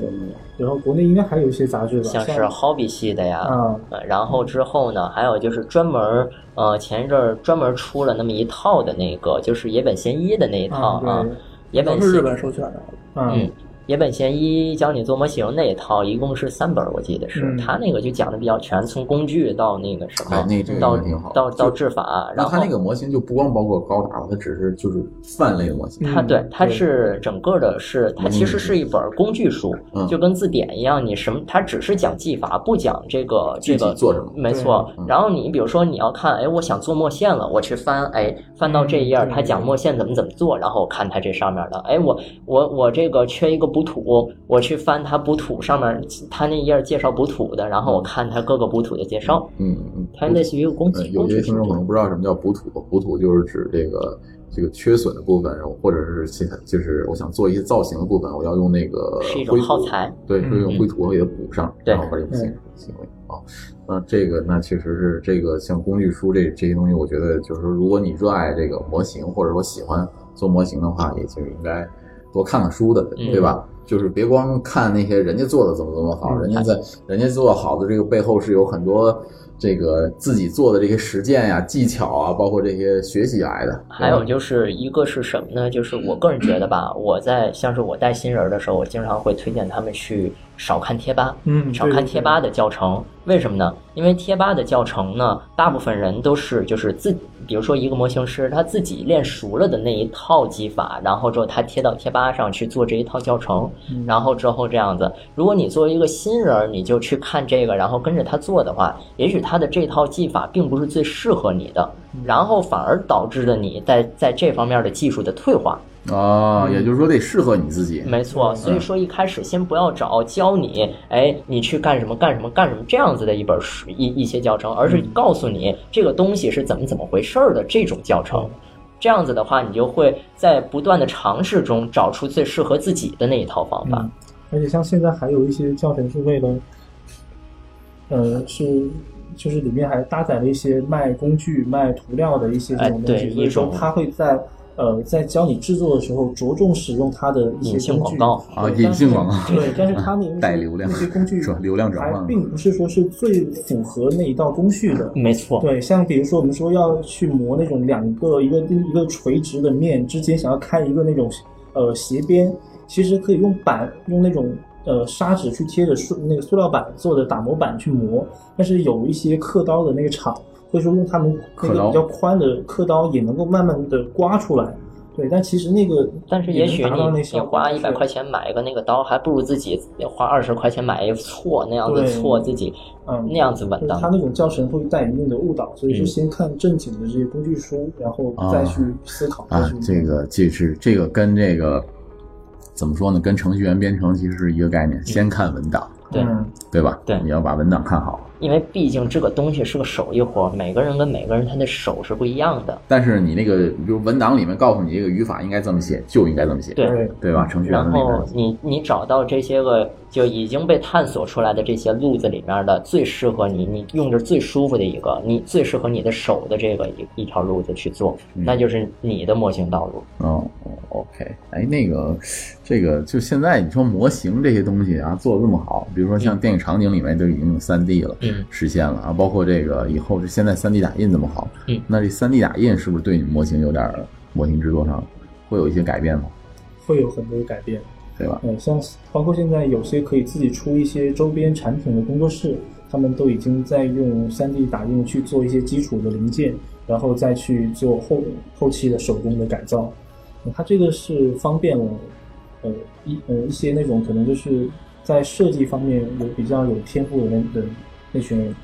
然后国内应该还有一些杂志吧，像是 hobby 系的呀，嗯呃然后之后呢，还有就是专门儿呃前一阵儿专门儿出了那么一套的那个，就是野本贤一的那一套嗯啊啊对，野本都是贤日本授权的。嗯嗯，野本贤一教你做模型那一套，一共是三本儿，我记得是、嗯他那个就讲的比较全，从工具到那个什么，哎那这个到挺好到到制法，然那后它那个模型就不光包括高达了，它只是就是泛类模型。它嗯对，它对是整个的是，它其实是一本工具书嗯，就跟字典一样，你什么，它只是讲技法，不讲这个这具个体做什么没错嗯。然后你比如说你要看，哎，我想做墨线了，我去翻，哎，翻到这一页儿，嗯它讲墨线怎么怎么做，然后我看它这上面的，哎，我我我这个缺一个补土，我去翻它补土上面，它那页儿介绍补土的，然后我看它各个补土的介绍，嗯嗯，它类似于一个工具嗯，有工些具听众可书。能不知道什么叫补土，补土就是指这个这个缺损的部分，或者是其他就是我想做一些造型的部分，我要用那个是一种灰土耗材，对，是用嗯灰土给它补上，对然后把这个行行为啊。那这个那确实是这个像工具书这这些东西，我觉得就是说，如果你热爱这个模型，或者说喜欢做模型的话，也就应该多看看书的，嗯对吧？就是别光看那些人家做的怎么怎么好，嗯人家在人家做好的这个背后是有很多这个自己做的这些实践呀、技巧啊，包括这些学习来的。还有就是一个是什么呢？就是我个人觉得吧，我在像是我带新人的时候，我经常会推荐他们去少看贴吧，嗯少看贴吧的教程。为什么呢？因为贴吧的教程呢，大部分人都是就是自己，比如说一个模型师他自己练熟了的那一套技法，然后之后他贴到贴吧上去做这一套教程，然后之后这样子。如果你作为一个新人儿，你就去看这个，然后跟着他做的话，也许他的这套技法并不是最适合你的，然后反而导致了你在在这方面的技术的退化。啊，也就是说得适合你自己。没错，所以说一开始先不要找教你，哎，你去干什么干什么干什么这样子的一本书一一些教程，而是告诉你这个东西是怎么怎么回事儿的这种教程。这样子的话，你就会在不断的尝试中找出最适合自己的那一套方法。嗯而且像现在还有一些教程是为了，呃，是就是里面还搭载了一些卖工具、卖涂料的一些这种哎东对西，所以一说种它会在呃在教你制作的时候着重使用它的一隐些性工具广告啊，对隐性广告但是对，但是它那 带流量那些工具是吧流量转还换嘛并不是说是最符合那一道工序的，没错，对，像比如说我们说要去磨那种两个一个一个垂直的面之间，想要开一个那种呃斜边，其实可以用板用那种呃砂纸去贴着塑那个塑料板做的打磨板去磨，但是有一些刻刀的那个厂会说用他们那刻个刀比较宽的刻刀也能够慢慢的刮出来。对，但其实那个，但是也能许达到你那你效果花一百是块钱买一个那个刀，还不如自己花二十块钱买一个锉，那样子对锉自己嗯那样子就稳是当他。那种教程会带一定的误导，所以嗯就先看正经的这些工具书，然后再去思考。再啊去，这个这是这个跟这个怎么说呢？跟程序员编程其实是一个概念，先看文档，对嗯嗯对吧？对，你要把文档看好。因为毕竟这个东西是个手艺活，每个人跟每个人他的手是不一样的。但是你那个，比如文档里面告诉你这个语法应该这么写，就应该这么写，对对吧？程序员的嗯然那后个，你你找到这些个就已经被探索出来的这些路子里面的最适合你，你用着最舒服的一个，你最适合你的手的这个一一条路子去做，嗯那就是你的模型道路。哦，OK，哎，那个，这个就现在你说模型这些东西啊，做的这么好，比如说像电影场景里面都已经有三 D 了，嗯实现了啊，包括这个以后这现在三 D 打印这么好，嗯那这三 D 打印是不是对你模型有点儿模型制作上会有一些改变吗？会有很多改变。对吧？嗯，像包括现在有些可以自己出一些周边产品的工作室，他们都已经在用 3D 打印去做一些基础的零件，然后再去做后后期的手工的改造。嗯它这个是方便了，呃一呃一些那种可能就是在设计方面有比较有天赋的那的那群人，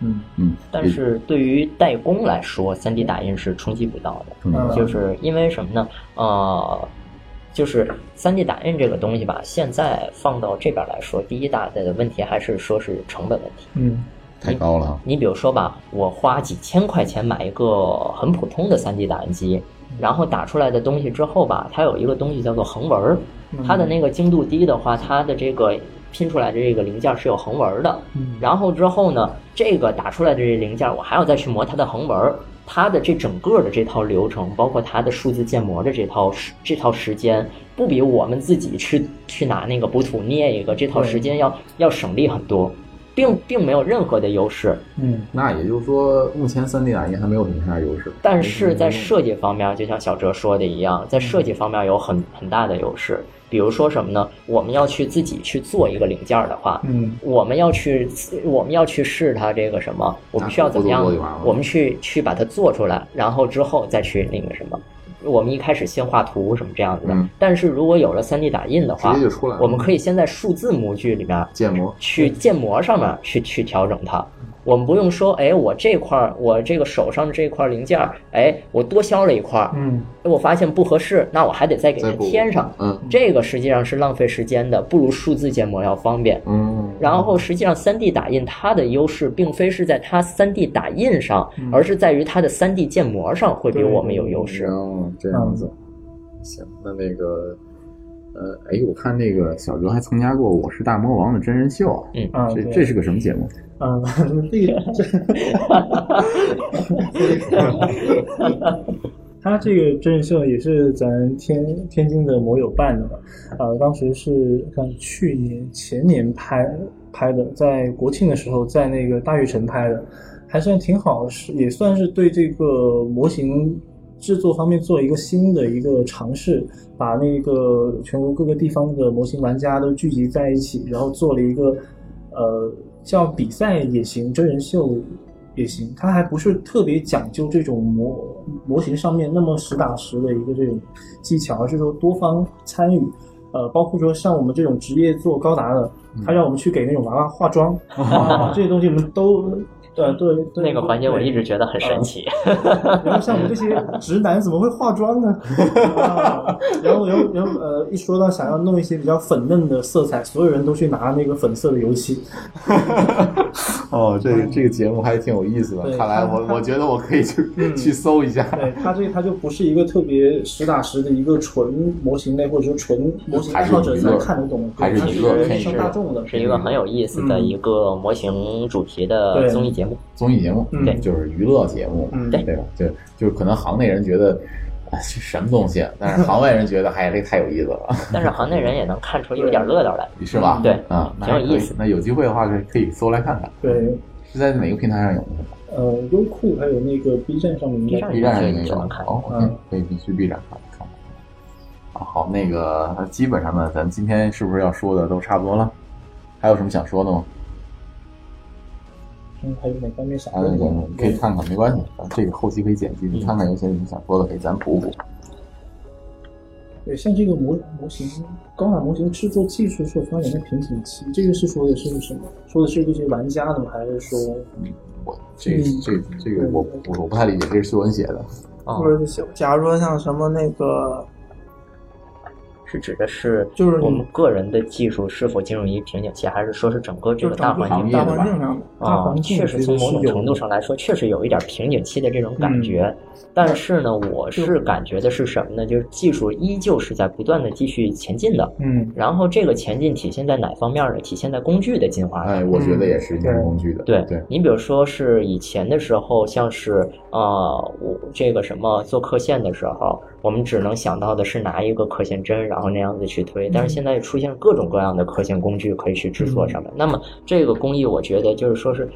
嗯嗯，但是对于代工来说，3D 打印是冲击不到的，冲击不到就是因为什么呢？呃，就是3 D 打印这个东西吧，现在放到这边来说，第一大的问题还是说是成本问题。嗯，太高了啊，你比如说吧，我花几千块钱买一个很普通的 3D 打印机，然后打出来的东西之后吧，它有一个东西叫做横纹儿，嗯它的那个精度低的话，它的这个拼出来的这个零件是有横纹儿的。嗯然后之后呢，这个打出来的这零件，我还要再去磨它的横纹儿。它的这整个的这套流程，包括它的数字建模的这套时这套时间，不比我们自己去去拿那个补土捏一个这套时间要要省力很多，并并没有任何的优势。嗯，那也就是说，目前三 D 打印还没有什么太大优势，但是在设计方面，就像小哲说的一样，在设计方面有很很大的优势。比如说什么呢？我们要去自己去做一个零件儿的话，嗯，我们要去我们要去试它这个什么，我们需要怎么样那不如做就完了？我们去去把它做出来，然后之后再去那个什么。我们一开始先画图什么这样子的，嗯但是如果有了 3D 打印的话，直接就出来了我们可以先在数字模具里面建模去建模上嗯面去去调整它。我们不用说，哎，我这块儿，我这个手上的这块零件儿，哎，我多削了一块儿，哎嗯，我发现不合适，那我还得再给它再补添上，嗯这个实际上是浪费时间的，不如数字建模要方便。嗯，然后实际上3 D 打印它的优势并非是在它3 D 打印上，嗯而是在于它的3 D 建模上会比我们有优势。哦，这样子，行，那那个，呃，哎，我看那个小哲还参加过《我是大魔王》的真人秀啊，嗯啊这对这是个什么节目？啊，这个这，他这个真人秀也是咱天天津的摩友办的嘛，啊，当时是看去年前年拍拍的，在国庆的时候在那个大悦城拍的，还算挺好，是也算是对这个模型制作方面做一个新的一个尝试，把那个全国各个地方的模型玩家都聚集在一起，然后做了一个呃叫比赛也行，真人秀也行，它还不是特别讲究这种模模型上面那么实打实的一个这种技巧，而是说多方参与。呃，包括说像我们这种职业做高达的，嗯他让我们去给那种娃娃化 妆，啊，这些东西我们都，呃，对对，那个环节我对一直觉得很神奇， 然后像我们这些直男怎么会化妆 呢？啊然后，然后，然后，呃，一说到想要弄一些比较粉嫩的色彩，所有人都去拿那个粉色的油漆。哦，这个这个节目还挺有意思的，对看来我它我觉得我可以去、去搜一下，对，它这它就不是一个特别实打实的一个纯模型类，或者说纯模型爱好者才看得懂，还是它娱是乐人还生大众的，是一个很有意思的嗯一个模型主题的对综艺节目。综艺节目，嗯对就是娱乐节目，嗯对吧？就就是可能行内人觉得。哎这什么东西啊？但是行外人觉得，哎，这太有意思了，但是行内人也能看出有点乐道来。 是吧？对啊，那挺有还可以意思那有机会的话，可以可以搜来看看，对，是在哪个平台上有呢？呃，优酷还有那个 B 站上面应 B 该站 B 站上也没有就能看哦，嗯可以去 B 站看看看。啊，好，那个基本上呢，咱今天是不是要说的都差不多了？还有什么想说的吗？嗯还有哪方面想啊，问那个的？嗯你可以看看，没关系，咱这个后期可以剪辑，你看看有些你想说的，给咱补补。对，像这个模模型高塔模型制作技术所发展的瓶颈期，这个是说的是什么？说的是这些玩家的吗？还是说我这嗯这这个我我我不太理解，这是秀文写的，哦或者是假如说像什么那个是指的是就是我们个人的技术是否进入一个瓶颈期，还是说是整个这个就是整大个环境大变环境化上大啊环？境确其实实从某是种有嗯程度上来说，确实有一点瓶颈期的这种感觉。但是呢，我是感觉的是什么呢？就是技术依旧是在不断的继续前进的。嗯，然后这个前进体现在哪方面呢？体现在工具的进化上。哎，我觉得也是一件工具的，嗯对对，你比如说是以前的时候，像是呃，我这个什么做刻线的时候，我们只能想到的是拿一个刻线针，然后那样子去推。但是现在出现各种各样的刻线工具可以去制作上面。那么这个工艺，我觉得就是说是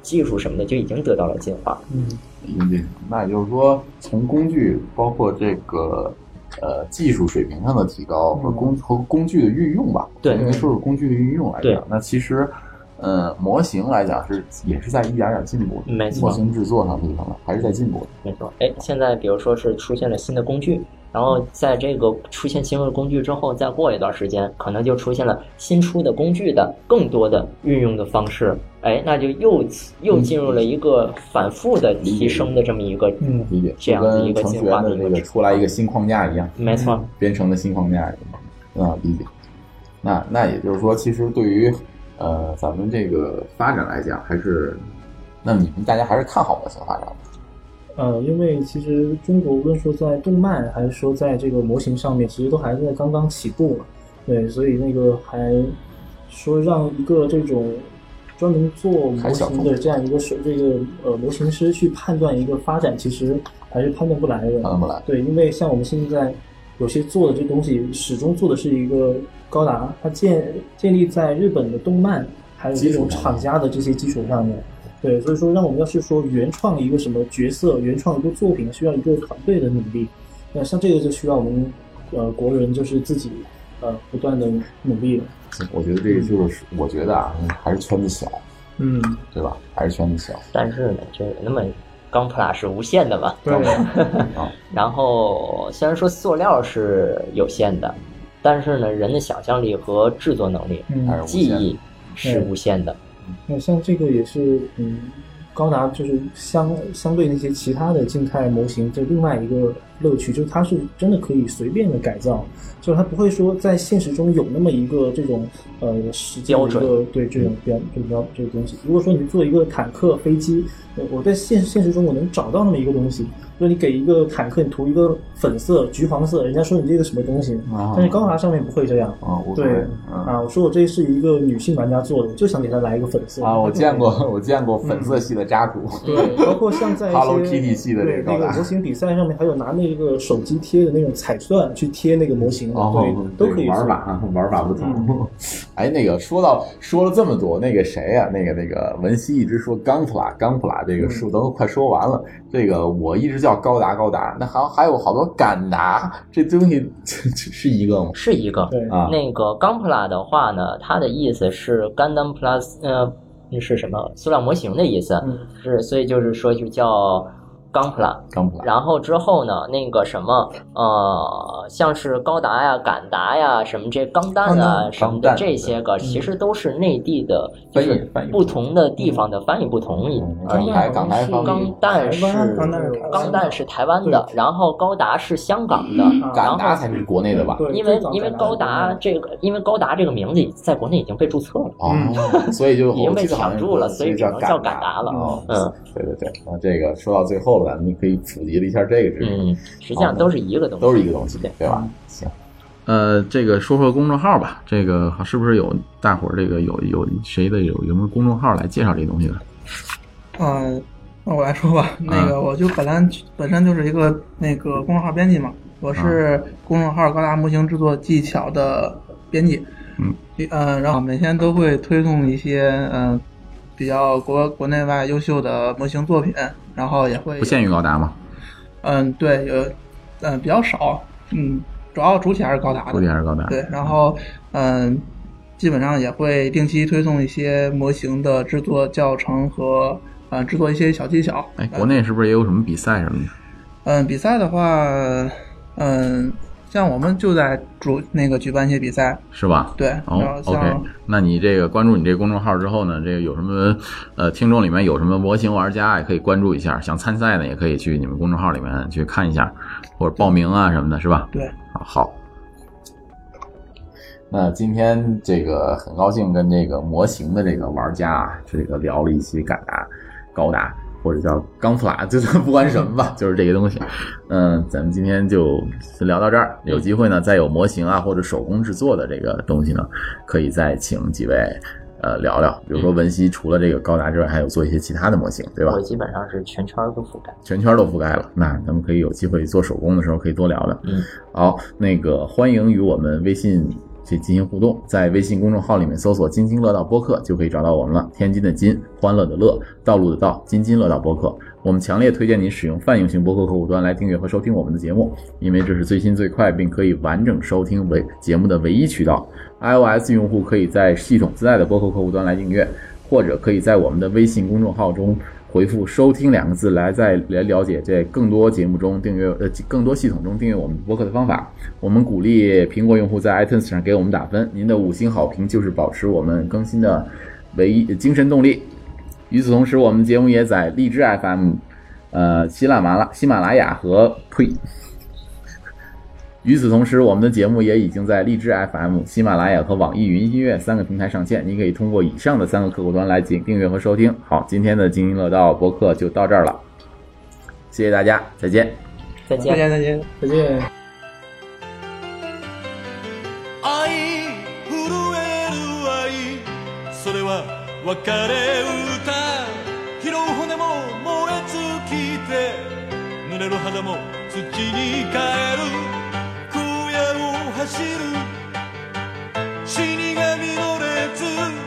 技术什么的就已经得到了进化。嗯，引进。那也就是说，从工具包括这个呃技术水平上的提高和工、和工具的运用吧，嗯对应该说是工具的运用来对讲，那其实。呃，模型来讲是也是在一点点进步的，没错模型制作上这个方面还是在进步的。没错，哎，现在比如说是出现了新的工具，然后在这个出现新的工具之后，再过一段时间，可能就出现了新出的工具的更多的运用的方式，哎，那就又又进入了一个反复的提升的这么一个嗯理解，就这样的一跟个程序进化员的的一这个个嗯出来一个新框架一样，没错，编程的新框架一样啊，理解。那那也就是说，其实对于呃咱们这个发展来讲，还是那你们大家还是看好模型发展的。呃，因为其实中国无论说在动漫还是说在这个模型上面，其实都还在刚刚起步嘛。对，所以那个还说让一个这种专门做模型的这样一个手，这个呃模型师去判断一个发展，其实还是判断不来的。判断不来。对，因为像我们现在有些做的这东西，始终做的是一个高达，它建建立在日本的动漫还有这种厂家的这些基础上面。对，所以说，让我们要是说原创一个什么角色，原创一个作品，需要一个团队的努力。那像这个就需要我们呃国人就是自己呃不断的努力了。我觉得这个就是，我觉得啊，还是圈子小，嗯，对吧？还是圈子小。但是呢，这那么钢 plus 是无限的嘛，对啊嗯然后虽然说塑料是有限的，但是呢，人的想象力和制作能力、嗯还是无记限的忆是无限的。那像这个也是，嗯，高达就是相相对那些其他的静态模型，就另外一个乐趣，就是它是真的可以随便的改造，就是它不会说在现实中有那么一个这种呃实际的标一准个对这种嗯标这个标这个东西。如果说你做一个坦克、飞机，呃我在现现实中我能找到那么一个东西，就是你给一个坦克你涂一个粉色、橘黄色，人家说你这个什么东西，啊但是高达上面不会这样。啊，我对啊，我说我这是一个女性玩家做的，我就想给她来一个粉色啊，我见过，我见过粉色系的扎古，对， 包括像在一些 Hello Kitty 系的这对个那高个达模，型比赛上面，还有拿那个手机贴的那种彩钻去贴那个模型的，哦，对，都可以嗯玩做法。啊，玩法不同。 哎，那个说到说了这么多，那个谁啊，那个那个文熙一直说钢普拉钢普拉这个数都快说完了，这个我一直叫高达高达，那还还有好多敢达，这东西 是一个吗？是一个对啊那个钢 pla 的话呢，它的意思是 Gundam Plus，呃，是什么？塑料模型的意思，嗯是所以就是说就叫钢 pla。钢普拉。然后之后呢，那个什么，呃，像是高达呀、敢达呀、什么这钢弹钢啊、弹什么的钢弹这些个，其实都是内地的，就翻译是翻译不同的地方的翻译不同而港已。台港台方钢面，弹是台钢弹湾是台湾的钢弹是台湾的，然后高达是香港的，然敢后达才是国内的吧？对，因为最早因为才拿高的达这个，因为高达这个名字已在国内已经被注册了，哦，所 以就嗯已经我被记得好像抢注了，是所以只叫能叫敢敢达了。哦，嗯对对对，那这个说到最后了，咱们可以普及了一下这个知识，嗯，实际上都是一个东西，哦都是一个东西嗯对，嗯对吧？行。呃，这个说说公众号吧，这个是不是有大伙儿这个有有谁的有有没有公众号来介绍这东西的？嗯，那我来说吧。嗯那个，我就本来本身就是一个那个公众号编辑嘛，我是嗯公众号“高达模型制作技巧”的编辑。嗯，呃，然后每天都会推送一些嗯、呃比较国国内外优秀的模型作品，然后也会不限于高达吗？嗯，对，有嗯比较少，嗯，主要主体还是高达的，主体还是高达啊对，然后嗯，基本上也会定期推送一些模型的制作教程和呃制作一些小技巧。哎，国内是不是也有什么比赛什么的？嗯，比赛的话，嗯，像我们就在主那个举办一些比赛，是吧？对然哦后像，OK，那你这个关注你这个公众号之后呢，这个有什么呃听众里面有什么模型玩家也可以关注一下，想参赛的也可以去你们公众号里面去看一下，或者报名啊什么的，是吧？对啊，好，那今天这个很高兴跟这个模型的这个玩家啊，这个聊了一期敢达、高达或者叫钢普 拉，就是不管什么吧，就是这些东西。嗯，咱们今天就先聊到这儿。有机会呢，再有模型啊或者手工制作的这个东西呢，可以再请几位呃聊聊。比如说文熙除了这个高达之外，还有做一些其他的模型，对吧我？基本上是全圈都覆盖。全圈都覆盖了。那咱们可以有机会做手工的时候可以多聊聊。嗯，好，那个欢迎与我们微信去进行互动，在微信公众号里面搜索“津津乐道播客”就可以找到我们了。天津的津，欢乐的乐，道路的道，津津乐道播客。我们强烈推荐您使用泛用型播客客户端来订阅和收听我们的节目，因为这是最新最快并可以完整收听为节目的唯一渠道。iOS 用户可以在系统自带的播客客户端来订阅，或者可以在我们的微信公众号中回复“收听”两个字来再来了解这更多节目中订阅呃更多系统中订阅我们播客的方法。我们鼓励苹果用户在 iTunes 上给我们打分，您的五星好评就是保持我们更新的唯一呃精神动力。与此同时，我们节目也在荔枝 FM、呃喜马拉喜马拉雅和呸。与此同时，我们的节目也已经在荔枝 FM、喜马拉雅和网易云音乐三个平台上线，您可以通过以上的三个客户端来进订阅和收听。好，今天的津津乐道播客就到这儿了，谢谢大家，再见。再再见，再见。再见。愛震える愛それは別れ歌拾う骨も燃え尽きて濡れる肌も土に変える空夜を走る死神の列